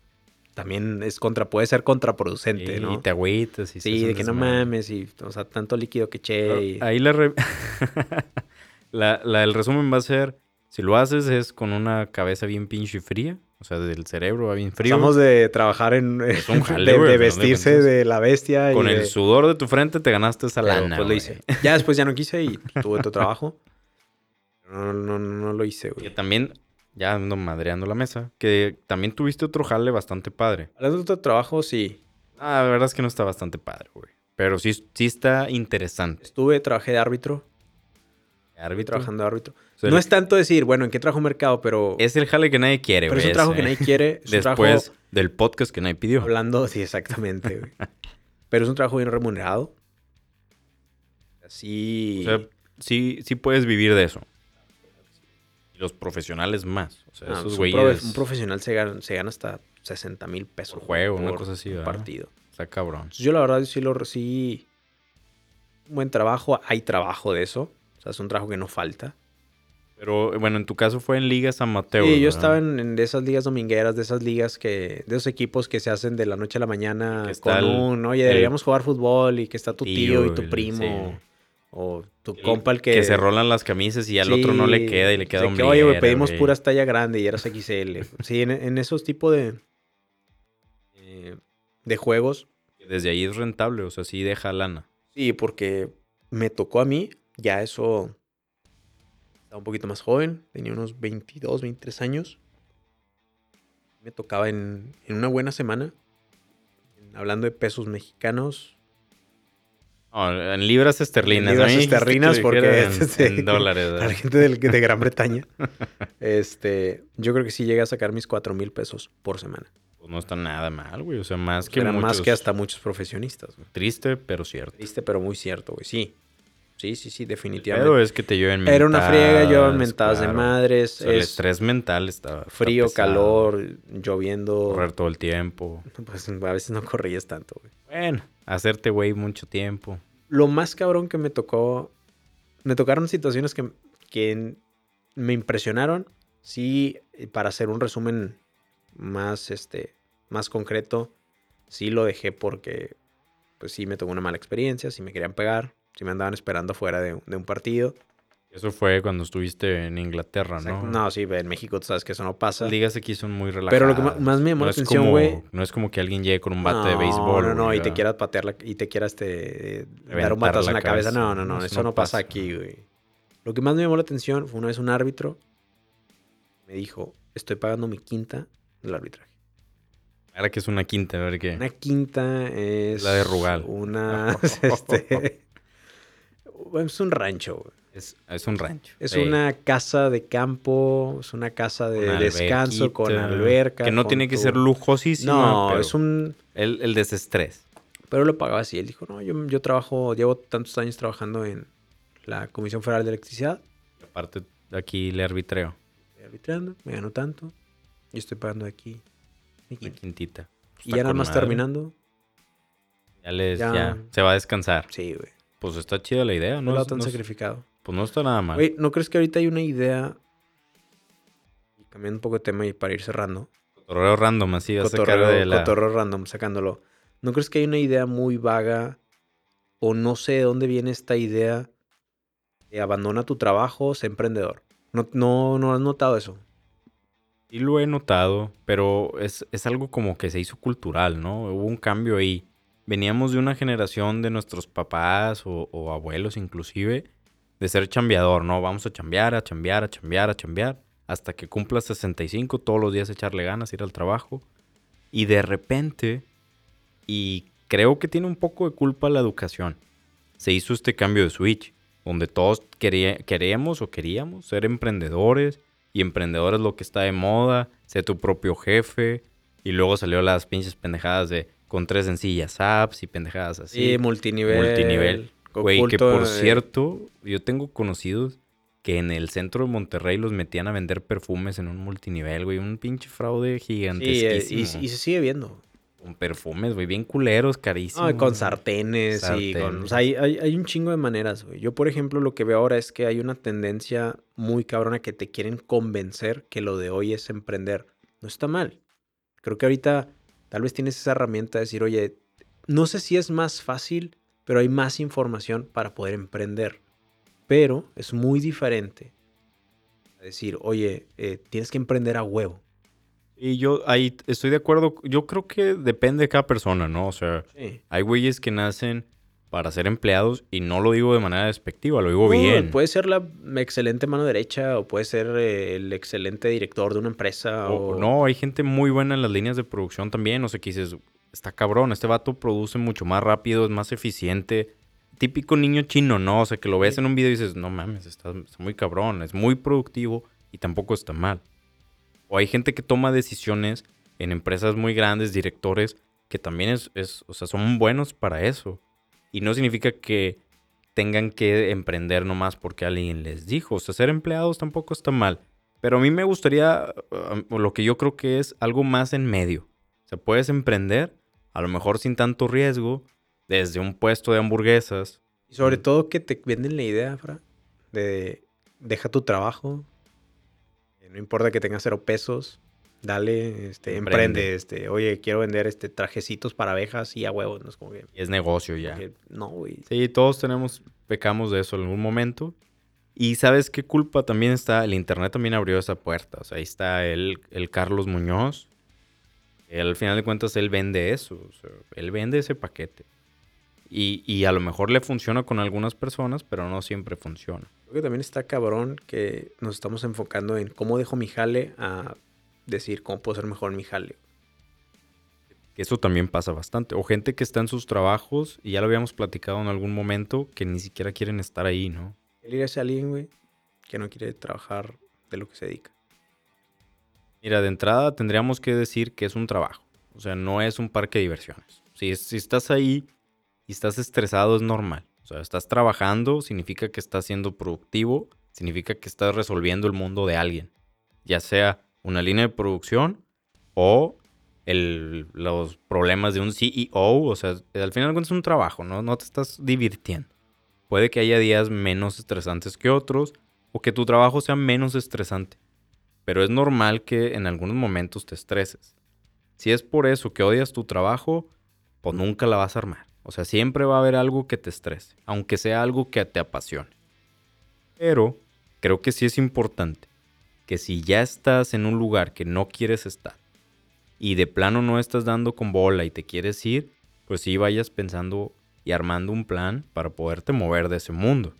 Speaker 1: También es contra, puede ser contraproducente,
Speaker 2: Y-
Speaker 1: ¿no?
Speaker 2: Y te agüitas. Y se
Speaker 1: sí,
Speaker 2: hace
Speaker 1: de
Speaker 2: un
Speaker 1: que no
Speaker 2: desmadre.
Speaker 1: mames, y, o sea, tanto líquido que
Speaker 2: Pero
Speaker 1: che. y-
Speaker 2: Ahí la, re- (laughs) la, la- El resumen va a ser: si lo haces, es con una cabeza bien pinche fría. O sea, del cerebro va bien frío.
Speaker 1: Pasamos de trabajar en.
Speaker 2: un
Speaker 1: (laughs) de-
Speaker 2: jale,
Speaker 1: de,
Speaker 2: güey, al final de
Speaker 1: vestirse
Speaker 2: cuentas.
Speaker 1: de la bestia. y
Speaker 2: Con
Speaker 1: de-
Speaker 2: el sudor de tu frente te ganaste esa
Speaker 1: Pero,
Speaker 2: lana.
Speaker 1: pues, lo
Speaker 2: güey.
Speaker 1: hice. Ya después ya no quise
Speaker 2: (laughs)
Speaker 1: y tuve otro trabajo. No, no, no, no lo hice,
Speaker 2: Que
Speaker 1: güey.
Speaker 2: también, ya ando madreando la mesa, que también tuviste otro jale bastante padre.
Speaker 1: Hablando de otro trabajo, sí.
Speaker 2: Ah, la verdad es que no está bastante padre, güey. Pero sí, sí está interesante.
Speaker 1: Estuve, trabajé de árbitro. Estuve
Speaker 2: Árbitro.
Speaker 1: trabajando de árbitro.
Speaker 2: O sea,
Speaker 1: no
Speaker 2: el-
Speaker 1: es tanto decir, bueno, ¿en qué trabajo mercado? Pero,
Speaker 2: Es el jale que nadie quiere,
Speaker 1: pero
Speaker 2: güey.
Speaker 1: es un trabajo
Speaker 2: ese.
Speaker 1: que nadie quiere. Es
Speaker 2: (laughs)
Speaker 1: un trabajo
Speaker 2: Después del podcast que nadie pidió.
Speaker 1: hablando. Sí, exactamente,
Speaker 2: (laughs)
Speaker 1: güey. Pero es un trabajo bien remunerado. Así.
Speaker 2: O sea, sí, sí puedes vivir de eso. Los profesionales más. O sea,
Speaker 1: Ah,
Speaker 2: esos
Speaker 1: pues un, profe-
Speaker 2: güeyes.
Speaker 1: un profesional se gana, se gana hasta 60 mil pesos.
Speaker 2: Por juego, una
Speaker 1: por
Speaker 2: cosa así,
Speaker 1: un
Speaker 2: ¿verdad?
Speaker 1: partido.
Speaker 2: Está cabrón.
Speaker 1: Entonces, Pues yo la verdad sí lo sí un buen trabajo, hay trabajo de eso, o sea, es un trabajo que no falta.
Speaker 2: Pero bueno, en tu caso fue en ligas amateur.
Speaker 1: sí, yo
Speaker 2: ¿verdad?
Speaker 1: estaba en, en de esas ligas domingueras, de esas ligas que de esos equipos que se hacen de la noche a la mañana
Speaker 2: Que está
Speaker 1: con
Speaker 2: el-
Speaker 1: un, oye,
Speaker 2: el
Speaker 1: deberíamos jugar fútbol y que está tu tío, y tu
Speaker 2: el-
Speaker 1: primo
Speaker 2: sí.
Speaker 1: o tu
Speaker 2: El
Speaker 1: compa el que
Speaker 2: Que, se rolan las camisas y al otro no le
Speaker 1: Sí,
Speaker 2: queda y le queda
Speaker 1: de
Speaker 2: un
Speaker 1: que, Oye, güey,
Speaker 2: blier,
Speaker 1: pedimos
Speaker 2: güey.
Speaker 1: puras talla grande y eras XL. sí, en, en esos tipos de, eh, de juegos.
Speaker 2: Desde ahí es rentable, o sea, sí deja lana.
Speaker 1: Sí, porque me tocó a mí, ya eso. Estaba un poquito más joven, tenía unos 22, 23 años. Me tocaba en, en una buena semana. en- hablando de pesos mexicanos, (laughs)
Speaker 2: No, en libras esterlinas.
Speaker 1: En libras
Speaker 2: A mí me dijiste que
Speaker 1: esterlinas,
Speaker 2: lo
Speaker 1: porque- este
Speaker 2: dijera En,
Speaker 1: sí.
Speaker 2: en dólares.
Speaker 1: para la
Speaker 2: ¿verdad?
Speaker 1: gente del- de Gran
Speaker 2: (laughs)
Speaker 1: Bretaña, este, yo creo que sí llegué a sacar mis 4 mil pesos por semana.
Speaker 2: Pues no está nada mal, güey. O sea, más que
Speaker 1: Era más
Speaker 2: muchos.
Speaker 1: que hasta muchos profesionistas. güey.
Speaker 2: Triste, pero cierto.
Speaker 1: Triste, pero muy cierto, güey. Sí. Sí, sí, sí, definitivamente.
Speaker 2: Pero es que te lleven
Speaker 1: Era una friega, llevaban mentadas de
Speaker 2: claro.
Speaker 1: madres.
Speaker 2: O sea, el
Speaker 1: es
Speaker 2: estrés mental está. está
Speaker 1: frío,
Speaker 2: pesado.
Speaker 1: calor, lloviendo.
Speaker 2: Correr todo el tiempo.
Speaker 1: Pues a veces no corrías tanto, güey.
Speaker 2: Bueno, hacerte güey mucho tiempo.
Speaker 1: Lo más cabrón que me tocó. Me tocaron situaciones que, que me impresionaron. Sí, para hacer un resumen más, este, más concreto, sí lo dejé porque, pues sí, me tocó una mala experiencia. Sí me querían pegar. Sí me andaban esperando fuera de, de un partido.
Speaker 2: Eso fue cuando estuviste en Inglaterra,
Speaker 1: O sea,
Speaker 2: Ah, ¿no?
Speaker 1: no, sí, en México tú sabes que eso no pasa.
Speaker 2: Las ligas aquí son muy relajadas.
Speaker 1: Pero lo que ma- más me llamó
Speaker 2: No
Speaker 1: la
Speaker 2: es
Speaker 1: atención,
Speaker 2: como-
Speaker 1: güey.
Speaker 2: No es como que alguien llegue con un bate de béisbol.
Speaker 1: No, no, no,
Speaker 2: güey,
Speaker 1: y te
Speaker 2: ¿verdad?
Speaker 1: quieras patear la- y te quieras este, eh, dar
Speaker 2: Reventar
Speaker 1: un batazo en
Speaker 2: la
Speaker 1: la cabeza.
Speaker 2: cabeza.
Speaker 1: No, no, no, eso no pasa, aquí, güey. Lo que más me llamó la atención fue una vez un árbitro me dijo, estoy pagando mi quinta del arbitraje.
Speaker 2: Ahora que es una quinta, a ver qué.
Speaker 1: Una quinta es...
Speaker 2: La de Rugal. (laughs)
Speaker 1: Una... este, es un rancho, güey.
Speaker 2: Es, es un rancho.
Speaker 1: Es
Speaker 2: Sí.
Speaker 1: una casa de campo, es una casa de
Speaker 2: Una
Speaker 1: descanso con
Speaker 2: alberquita,
Speaker 1: alberca.
Speaker 2: Que no
Speaker 1: con
Speaker 2: tiene que
Speaker 1: tu-
Speaker 2: ser lujosísima.
Speaker 1: No,
Speaker 2: pero
Speaker 1: es un...
Speaker 2: El, el desestrés.
Speaker 1: Pero lo pagaba así. Él dijo, no, yo, yo trabajo, llevo tantos años trabajando en la Comisión Federal de Electricidad,
Speaker 2: Y aparte, aquí le arbitreo.
Speaker 1: estoy arbitrando, me ganó tanto, y estoy pagando aquí. mi
Speaker 2: Una
Speaker 1: quinto".
Speaker 2: quintita.
Speaker 1: Y
Speaker 2: pues, Está
Speaker 1: ya nada
Speaker 2: con
Speaker 1: más
Speaker 2: madre.
Speaker 1: terminando.
Speaker 2: Ya, les,
Speaker 1: Ya.
Speaker 2: ya. se va a descansar.
Speaker 1: Sí, güey.
Speaker 2: Pues está chida la idea,
Speaker 1: No
Speaker 2: ¿no?
Speaker 1: lo
Speaker 2: es-
Speaker 1: tan
Speaker 2: no es-
Speaker 1: sacrificado.
Speaker 2: pues no está nada mal.
Speaker 1: Oye, ¿no crees que ahorita hay una idea? Y cambiando un poco de tema y para ir cerrando.
Speaker 2: Cotorreo random, así, a sacar
Speaker 1: cotorreo,
Speaker 2: de la...
Speaker 1: cotorreo random, sacándolo. ¿No crees que hay una idea muy vaga o no sé de dónde viene esta idea de abandona tu trabajo, sé emprendedor? No, no, no has notado eso.
Speaker 2: Sí lo he notado, pero es, es algo como que se hizo cultural, ¿no? Hubo un cambio ahí. Veníamos de una generación de nuestros papás o, o abuelos inclusive de ser chambeador, ¿no? Vamos a chambear, a chambear, a chambear, a chambear, hasta que cumplas 65, todos los días echarle ganas, ir al trabajo. Y de repente, y creo que tiene un poco de culpa la educación, se hizo este cambio de switch, donde todos quería- queremos o queríamos ser emprendedores, y emprendedor es lo que está de moda, sé tu propio jefe, y luego salió las pinches pendejadas de con tres sencillas apps y pendejadas así.
Speaker 1: Sí, Eh, multinivel.
Speaker 2: Multinivel. Güey, que
Speaker 1: oculto,
Speaker 2: por
Speaker 1: eh,
Speaker 2: cierto, yo tengo conocidos que en el centro de Monterrey los metían a vender perfumes en un multinivel, güey. Un pinche fraude
Speaker 1: sí, eh, y,
Speaker 2: gigantesquísimo.
Speaker 1: y se sigue viendo.
Speaker 2: Con perfumes, güey, bien culeros,
Speaker 1: No,
Speaker 2: carísimos.
Speaker 1: y con
Speaker 2: güey.
Speaker 1: sartenes, y con. O
Speaker 2: Sartenes.
Speaker 1: sea, hay, hay- hay un chingo de maneras, güey. Yo, por ejemplo, lo que veo ahora es que hay una tendencia muy cabrona que te quieren convencer que lo de hoy es emprender. No está mal. Creo que ahorita tal vez tienes esa herramienta de decir, oye, no sé si es más fácil, pero hay más información para poder emprender. Pero es muy diferente a decir, oye, eh, tienes que emprender a huevo.
Speaker 2: Y yo ahí estoy de acuerdo. Yo creo que depende de cada persona, ¿no? O sea,
Speaker 1: Sí.
Speaker 2: hay güeyes que nacen para ser empleados y no lo digo de manera despectiva, lo digo
Speaker 1: No,
Speaker 2: bien.
Speaker 1: Puede ser la excelente mano derecha o puede ser eh, el excelente director de una empresa.
Speaker 2: O-
Speaker 1: O,
Speaker 2: no, hay gente muy buena en las líneas de producción también. O sea, que dices, está cabrón, este vato produce mucho más rápido, es más eficiente. Típico niño chino, ¿no? O sea, que lo ves
Speaker 1: Sí.
Speaker 2: en un video y dices, no mames, está, está muy cabrón, es muy productivo y tampoco está mal. O hay gente que toma decisiones en empresas muy grandes, directores, que también es, es o sea, son buenos para eso. Y no significa que tengan que emprender nomás porque alguien les dijo. O sea, ser empleados tampoco está mal. Pero a mí me gustaría, uh, lo que yo creo que es algo más en medio. O sea, puedes emprender, a lo mejor sin tanto riesgo, desde un puesto de hamburguesas.
Speaker 1: Y sobre todo que te venden la idea, Fra, de deja tu trabajo, Eh, no importa que tengas cero pesos, dale, este, emprende,
Speaker 2: Emprende.
Speaker 1: este, oye, quiero vender este trajecitos para abejas y a huevos, no es como que,
Speaker 2: Es negocio ya.
Speaker 1: que no, güey.
Speaker 2: Sí, todos tenemos, pecamos de eso en algún momento. Y sabes qué culpa también está, el Internet también abrió esa puerta. O sea, ahí está el, el Carlos Muñoz. Él, al final de cuentas, él vende eso. o sea, él vende ese paquete. Y, y a lo mejor le funciona con algunas personas, pero no siempre funciona.
Speaker 1: Creo que también está cabrón que nos estamos enfocando en cómo dejo mi jale a decir cómo puedo ser mejor en mi jale.
Speaker 2: Que Eso también pasa bastante. O gente que está en sus trabajos, y ya lo habíamos platicado en algún momento, que ni siquiera quieren estar ahí, ¿no?
Speaker 1: El ir hacia alguien, güey, que no quiere trabajar de lo que se dedica.
Speaker 2: Mira, de entrada tendríamos que decir que es un trabajo. O sea, no es un parque de diversiones. Si, es- si estás ahí y estás estresado, es normal. O sea, estás trabajando, significa que estás siendo productivo, significa que estás resolviendo el mundo de alguien. Ya sea una línea de producción o el- los problemas de un CEO. O sea, al final de cuentas es un trabajo, ¿no? No te estás divirtiendo. Puede que haya días menos estresantes que otros o que tu trabajo sea menos estresante pero es normal que en algunos momentos te estreses. Si es por eso que odias tu trabajo, pues nunca la vas a armar. O sea, siempre va a haber algo que te estrese, aunque sea algo que te apasione. Pero creo que sí es importante que si ya estás en un lugar que no quieres estar y de plano no estás dando con bola y te quieres ir, pues sí vayas pensando y armando un plan para poderte mover de ese mundo.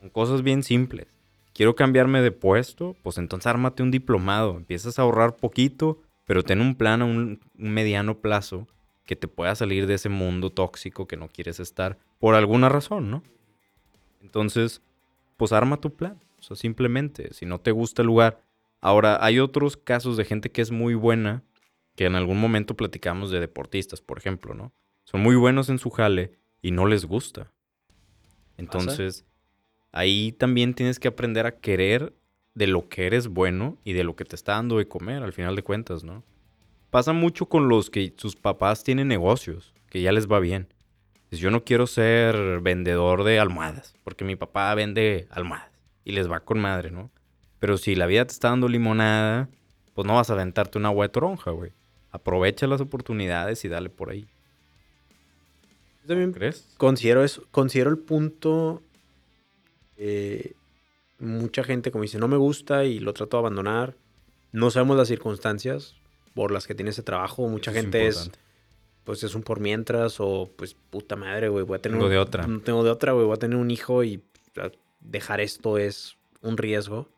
Speaker 2: Con cosas bien simples quiero cambiarme de puesto, pues entonces ármate un diplomado, empiezas a ahorrar poquito, pero ten un plan a un, un mediano plazo que te pueda salir de ese mundo tóxico que no quieres estar por alguna razón, ¿no? Entonces, pues arma tu plan, o sea, simplemente, si no te gusta el lugar. Ahora, hay otros casos de gente que es muy buena, que en algún momento platicamos de deportistas, por ejemplo, ¿no? Son muy buenos en su jale y no les gusta. Entonces, ahí también tienes que aprender a querer de lo que eres bueno y de lo que te está dando de comer al final de cuentas, ¿no? Pasa mucho con los que sus papás tienen negocios, que ya les va bien. Dices, yo no quiero ser vendedor de almohadas, porque mi papá vende almohadas y les va con madre, ¿no? Pero si la vida te está dando limonada, pues no vas a aventarte una agua de toronja, güey. Aprovecha las oportunidades y dale por ahí.
Speaker 1: Yo también
Speaker 2: ¿Crees?
Speaker 1: Considero eso, considero el punto. eh, mucha gente, como dice, no me gusta y lo trato de abandonar. No sabemos las circunstancias por las que tiene ese trabajo. Mucha
Speaker 2: Eso es
Speaker 1: gente es,
Speaker 2: importante.
Speaker 1: pues es un por mientras o pues puta madre, güey, voy a tener
Speaker 2: Tengo
Speaker 1: un-
Speaker 2: de otra.
Speaker 1: No tengo de otra, güey, voy a tener un hijo y a- dejar esto es un riesgo.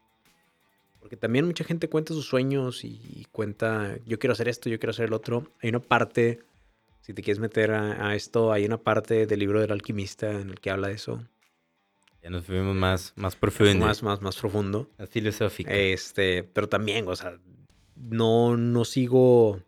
Speaker 1: Porque también mucha gente cuenta sus sueños y, y cuenta, yo quiero hacer esto, yo quiero hacer el otro. Hay una parte, si te quieres meter a, a esto, hay una parte del libro del alquimista en el que habla de eso.
Speaker 2: Ya nos fuimos más, más profundo.
Speaker 1: Más, más, más profundo.
Speaker 2: más filosófico.
Speaker 1: Este, pero también, o sea, no, no sigo.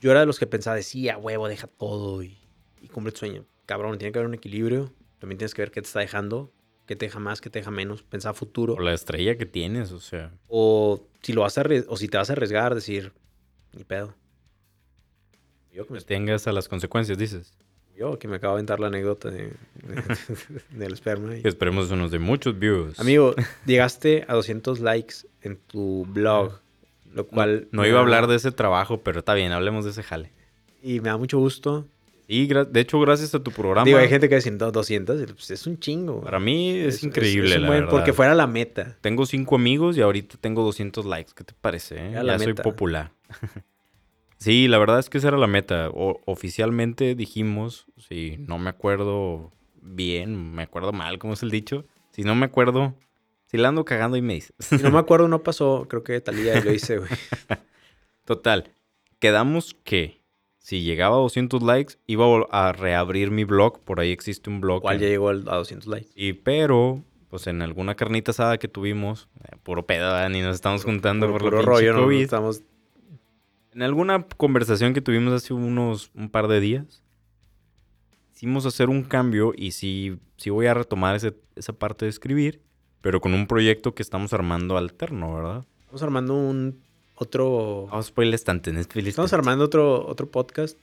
Speaker 1: Yo era de los que pensaba, de, sí, a huevo, deja todo y, y cumple tu sueño. Cabrón, tiene que haber un equilibrio. También tienes que ver qué te está dejando, qué te deja más, qué te deja menos. Pensar a futuro.
Speaker 2: O la estrella que tienes, o sea.
Speaker 1: O si lo vas a arries- o si te vas a arriesgar, decir, ni pedo. Yo que me,
Speaker 2: Tengas a las consecuencias, dices.
Speaker 1: yo que me acabo de aventar la anécdota de- (laughs) del esperma. y-
Speaker 2: Y esperemos eso nos dé muchos views.
Speaker 1: Amigo, llegaste a 200 likes en tu blog, lo cual...
Speaker 2: No iba a hablar de ese trabajo, pero está bien, hablemos de ese jale.
Speaker 1: Y me da mucho gusto.
Speaker 2: Y gra- de hecho, gracias a tu programa,
Speaker 1: Digo, hay gente que dice "No, 200, y pues es un chingo.
Speaker 2: para mí es, increíble,
Speaker 1: es un
Speaker 2: la
Speaker 1: buen-
Speaker 2: verdad.
Speaker 1: Porque fuera la
Speaker 2: (laughs)
Speaker 1: meta.
Speaker 2: Tengo cinco amigos y ahorita tengo 200 likes. ¿Qué te parece? eh?
Speaker 1: Era
Speaker 2: Ya
Speaker 1: la
Speaker 2: soy
Speaker 1: meta.
Speaker 2: popular. (laughs) sí, la verdad es que esa era la meta. O- oficialmente dijimos, si no me acuerdo bien, me acuerdo mal, como es el dicho. Si no me acuerdo, si la ando cagando y me dices.
Speaker 1: Si no me acuerdo, no pasó. Creo que Talía lo hice,
Speaker 2: (laughs)
Speaker 1: güey.
Speaker 2: Total, quedamos que si llegaba a 200 likes iba a vol- a reabrir mi blog, por ahí existe un blog.
Speaker 1: Cual
Speaker 2: en-
Speaker 1: ya llegó al- a 200 likes.
Speaker 2: Y pero, pues en alguna carnita asada que tuvimos, eh, puro pedo, ¿verdad? ni nos estamos juntando
Speaker 1: Puro-
Speaker 2: por lo
Speaker 1: puro
Speaker 2: pinche
Speaker 1: rollo, no,
Speaker 2: COVID.
Speaker 1: Estamos...
Speaker 2: En alguna conversación que tuvimos hace unos un par de días, hicimos hacer un cambio y sí, sí voy a retomar ese- esa parte de escribir, pero con un proyecto que estamos armando alterno, ¿verdad?
Speaker 1: Estamos armando un otro.
Speaker 2: Vamos por el estante, Netflix.
Speaker 1: Estamos armando otro, otro podcast.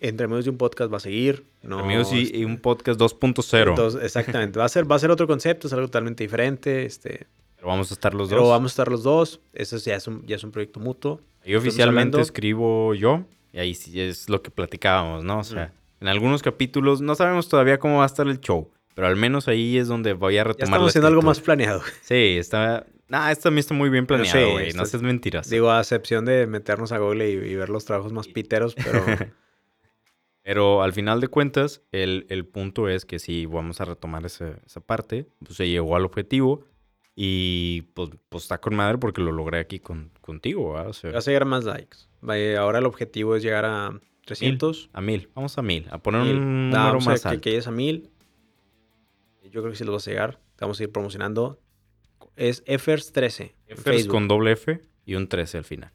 Speaker 1: Entre amigos de un podcast va a seguir. No,
Speaker 2: Amigos, y,
Speaker 1: este,
Speaker 2: y un podcast 2.0.
Speaker 1: entonces, exactamente. Va a ser, va a ser otro concepto, es algo totalmente diferente. Este,
Speaker 2: Pero Vamos a estar los
Speaker 1: pero
Speaker 2: dos.
Speaker 1: vamos a estar los dos. Eso ya es un, ya es un proyecto mutuo.
Speaker 2: Ahí oficialmente
Speaker 1: hablando-
Speaker 2: escribo yo, y ahí sí es lo que platicábamos, ¿no? O sea, en algunos capítulos no sabemos todavía cómo va a estar el show, pero al menos ahí es donde voy a retomar
Speaker 1: Ya
Speaker 2: la
Speaker 1: estamos haciendo algo
Speaker 2: actitud.
Speaker 1: más planeado.
Speaker 2: Sí, está. Ah, esto también está muy bien
Speaker 1: Pero sí,
Speaker 2: planeado, güey. no
Speaker 1: esto-
Speaker 2: seas mentiras.
Speaker 1: Digo, a excepción de meternos a Google y, y ver los trabajos más piteros, (laughs) pero
Speaker 2: Pero al final de cuentas, el, el punto es que si vamos a retomar esa, esa parte, pues se llegó al objetivo y pues, pues está con madre porque lo logré aquí con, contigo, ¿verdad? O sea,
Speaker 1: va a llegar a más likes. Vaya, Ahora el objetivo es llegar a 300.
Speaker 2: a mil, vamos a mil, a poner
Speaker 1: mil.
Speaker 2: un
Speaker 1: Da,
Speaker 2: número
Speaker 1: vamos a
Speaker 2: más
Speaker 1: que-
Speaker 2: alto.
Speaker 1: Que llegues a 1000. Yo creo que sí los vas a llegar. Te vamos a ir promocionando. Es Efers 13. en
Speaker 2: Efers
Speaker 1: Facebook.
Speaker 2: con doble F y un 13 al final.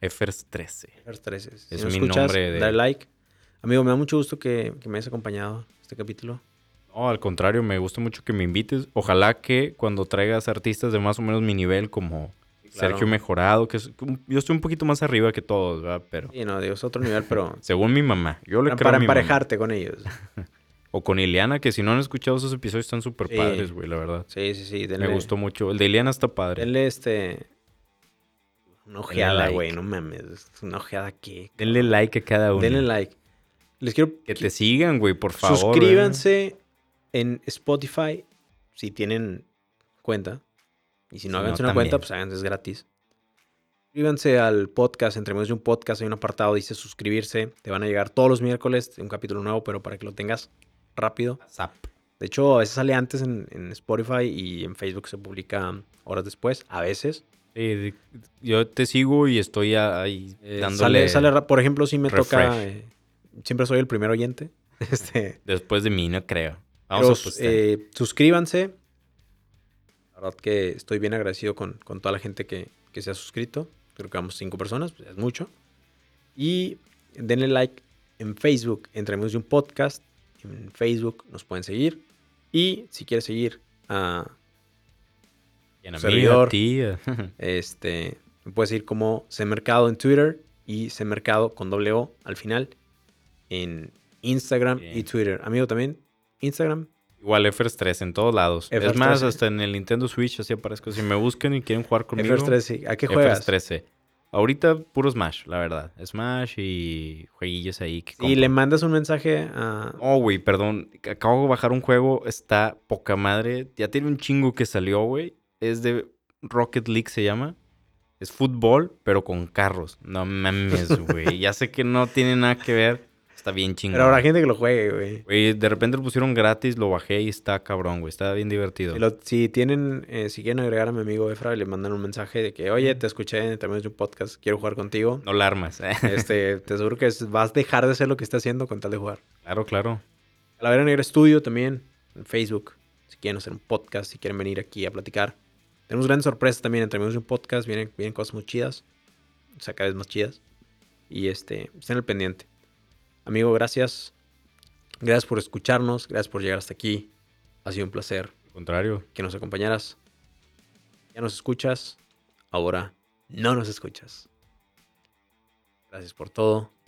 Speaker 2: Efers 13.
Speaker 1: Efers 13. Si
Speaker 2: Es
Speaker 1: no
Speaker 2: mi
Speaker 1: escuchas,
Speaker 2: nombre de-
Speaker 1: dale like. Amigo, me da mucho gusto que, que me hayas acompañado en este capítulo.
Speaker 2: No, al contrario, me gusta mucho que me invites. Ojalá que cuando traigas artistas de más o menos mi nivel, como
Speaker 1: claro.
Speaker 2: Sergio Mejorado, que es- yo estoy un poquito más arriba que todos, ¿verdad? Pero
Speaker 1: Y no, digo, es otro nivel, (laughs) pero
Speaker 2: según mi mamá, yo le
Speaker 1: para,
Speaker 2: creo
Speaker 1: para
Speaker 2: a mi mamá.
Speaker 1: emparejarte con ellos.
Speaker 2: O con Ileana, que si no han escuchado esos episodios están súper
Speaker 1: Sí.
Speaker 2: padres, güey, la verdad.
Speaker 1: Sí, sí, sí. Denle,
Speaker 2: Me gustó mucho. El de Ileana está padre.
Speaker 1: Denle este. Una ojeada,
Speaker 2: like.
Speaker 1: güey. No mames. Una ojeada aquí.
Speaker 2: Denle like a cada uno.
Speaker 1: Denle like. Les quiero.
Speaker 2: Que te sigan, güey, por favor. ¿eh? güey.
Speaker 1: Suscríbanse en Spotify si tienen cuenta. Y si no,
Speaker 2: Si
Speaker 1: háganse
Speaker 2: no,
Speaker 1: una cuenta,
Speaker 2: también.
Speaker 1: pues háganse, es gratis. Suscríbanse al podcast, entre medios de un podcast hay un apartado, dice suscribirse. Te van a llegar todos los miércoles un capítulo nuevo, pero para que lo tengas rápido.
Speaker 2: Zap.
Speaker 1: De hecho, a veces sale antes en, en Spotify y en Facebook se publica horas después, a veces.
Speaker 2: Sí, de- yo te sigo y estoy a- ahí
Speaker 1: Eh,
Speaker 2: dándole
Speaker 1: sale, sale ra- por ejemplo, si me toca,
Speaker 2: refresh.
Speaker 1: eh, siempre soy el primer oyente. (laughs) Este,
Speaker 2: después de mí, no creo.
Speaker 1: Pero,
Speaker 2: Vamos a apostar.
Speaker 1: eh, suscríbanse. La verdad que estoy bien agradecido con, con toda la gente que, que se ha suscrito. Creo que vamos cinco personas, pues es mucho. Y denle like en Facebook, entre amigos de un podcast. En Facebook nos pueden seguir. Y si quieres seguir a
Speaker 2: Y en amiga, (laughs)
Speaker 1: servidor.
Speaker 2: tía.
Speaker 1: este, me puedes seguir como Semercado en Twitter y Semercado con doble O al final en Instagram y
Speaker 2: Bien.
Speaker 1: Twitter. Amigo también, Instagram,
Speaker 2: Igual FRS 3 en todos lados.
Speaker 1: FRS
Speaker 2: es más,
Speaker 1: 13.
Speaker 2: hasta en el Nintendo Switch así aparezco. Si me buscan y quieren jugar conmigo,
Speaker 1: FS13.
Speaker 2: FRS
Speaker 1: ¿A qué juegas?
Speaker 2: 13. eh. Ahorita puro Smash, la verdad. Smash y jueguillos ahí. Que
Speaker 1: Y
Speaker 2: compro.
Speaker 1: le mandas un mensaje a...
Speaker 2: Oh, güey, perdón. Acabo de bajar un juego. Está poca madre. Ya tiene un chingo que salió, güey. Es de Rocket League, se llama. Es fútbol, pero con carros. No
Speaker 1: (laughs)
Speaker 2: mames, güey. ya sé que no tiene nada que ver. Está bien chingón.
Speaker 1: Pero habrá gente que lo juegue, güey.
Speaker 2: Güey, de repente lo pusieron gratis, lo bajé y está cabrón, güey. Está bien divertido.
Speaker 1: Si, lo- si tienen, eh, si quieren agregar a mi amigo Efra, le mandan un mensaje de que, oye, te escuché también de un podcast, quiero jugar contigo.
Speaker 2: No la armas. (laughs) ¿eh?
Speaker 1: Este, te aseguro que es- vas a dejar de hacer lo que estás haciendo con tal de jugar.
Speaker 2: claro, claro.
Speaker 1: Calavera Negra Estudio también, en Facebook. Si quieren hacer un podcast, si quieren venir aquí a platicar. Tenemos grandes sorpresas también en términos de un podcast. Vienen, vienen cosas muy chidas. O sea, cada vez más chidas. Y este, estén al pendiente. Amigo, gracias. Gracias por escucharnos. Gracias por llegar hasta aquí. Ha sido un placer
Speaker 2: Al contrario.
Speaker 1: que nos acompañaras. Ya nos escuchas. Ahora no nos escuchas. Gracias por todo.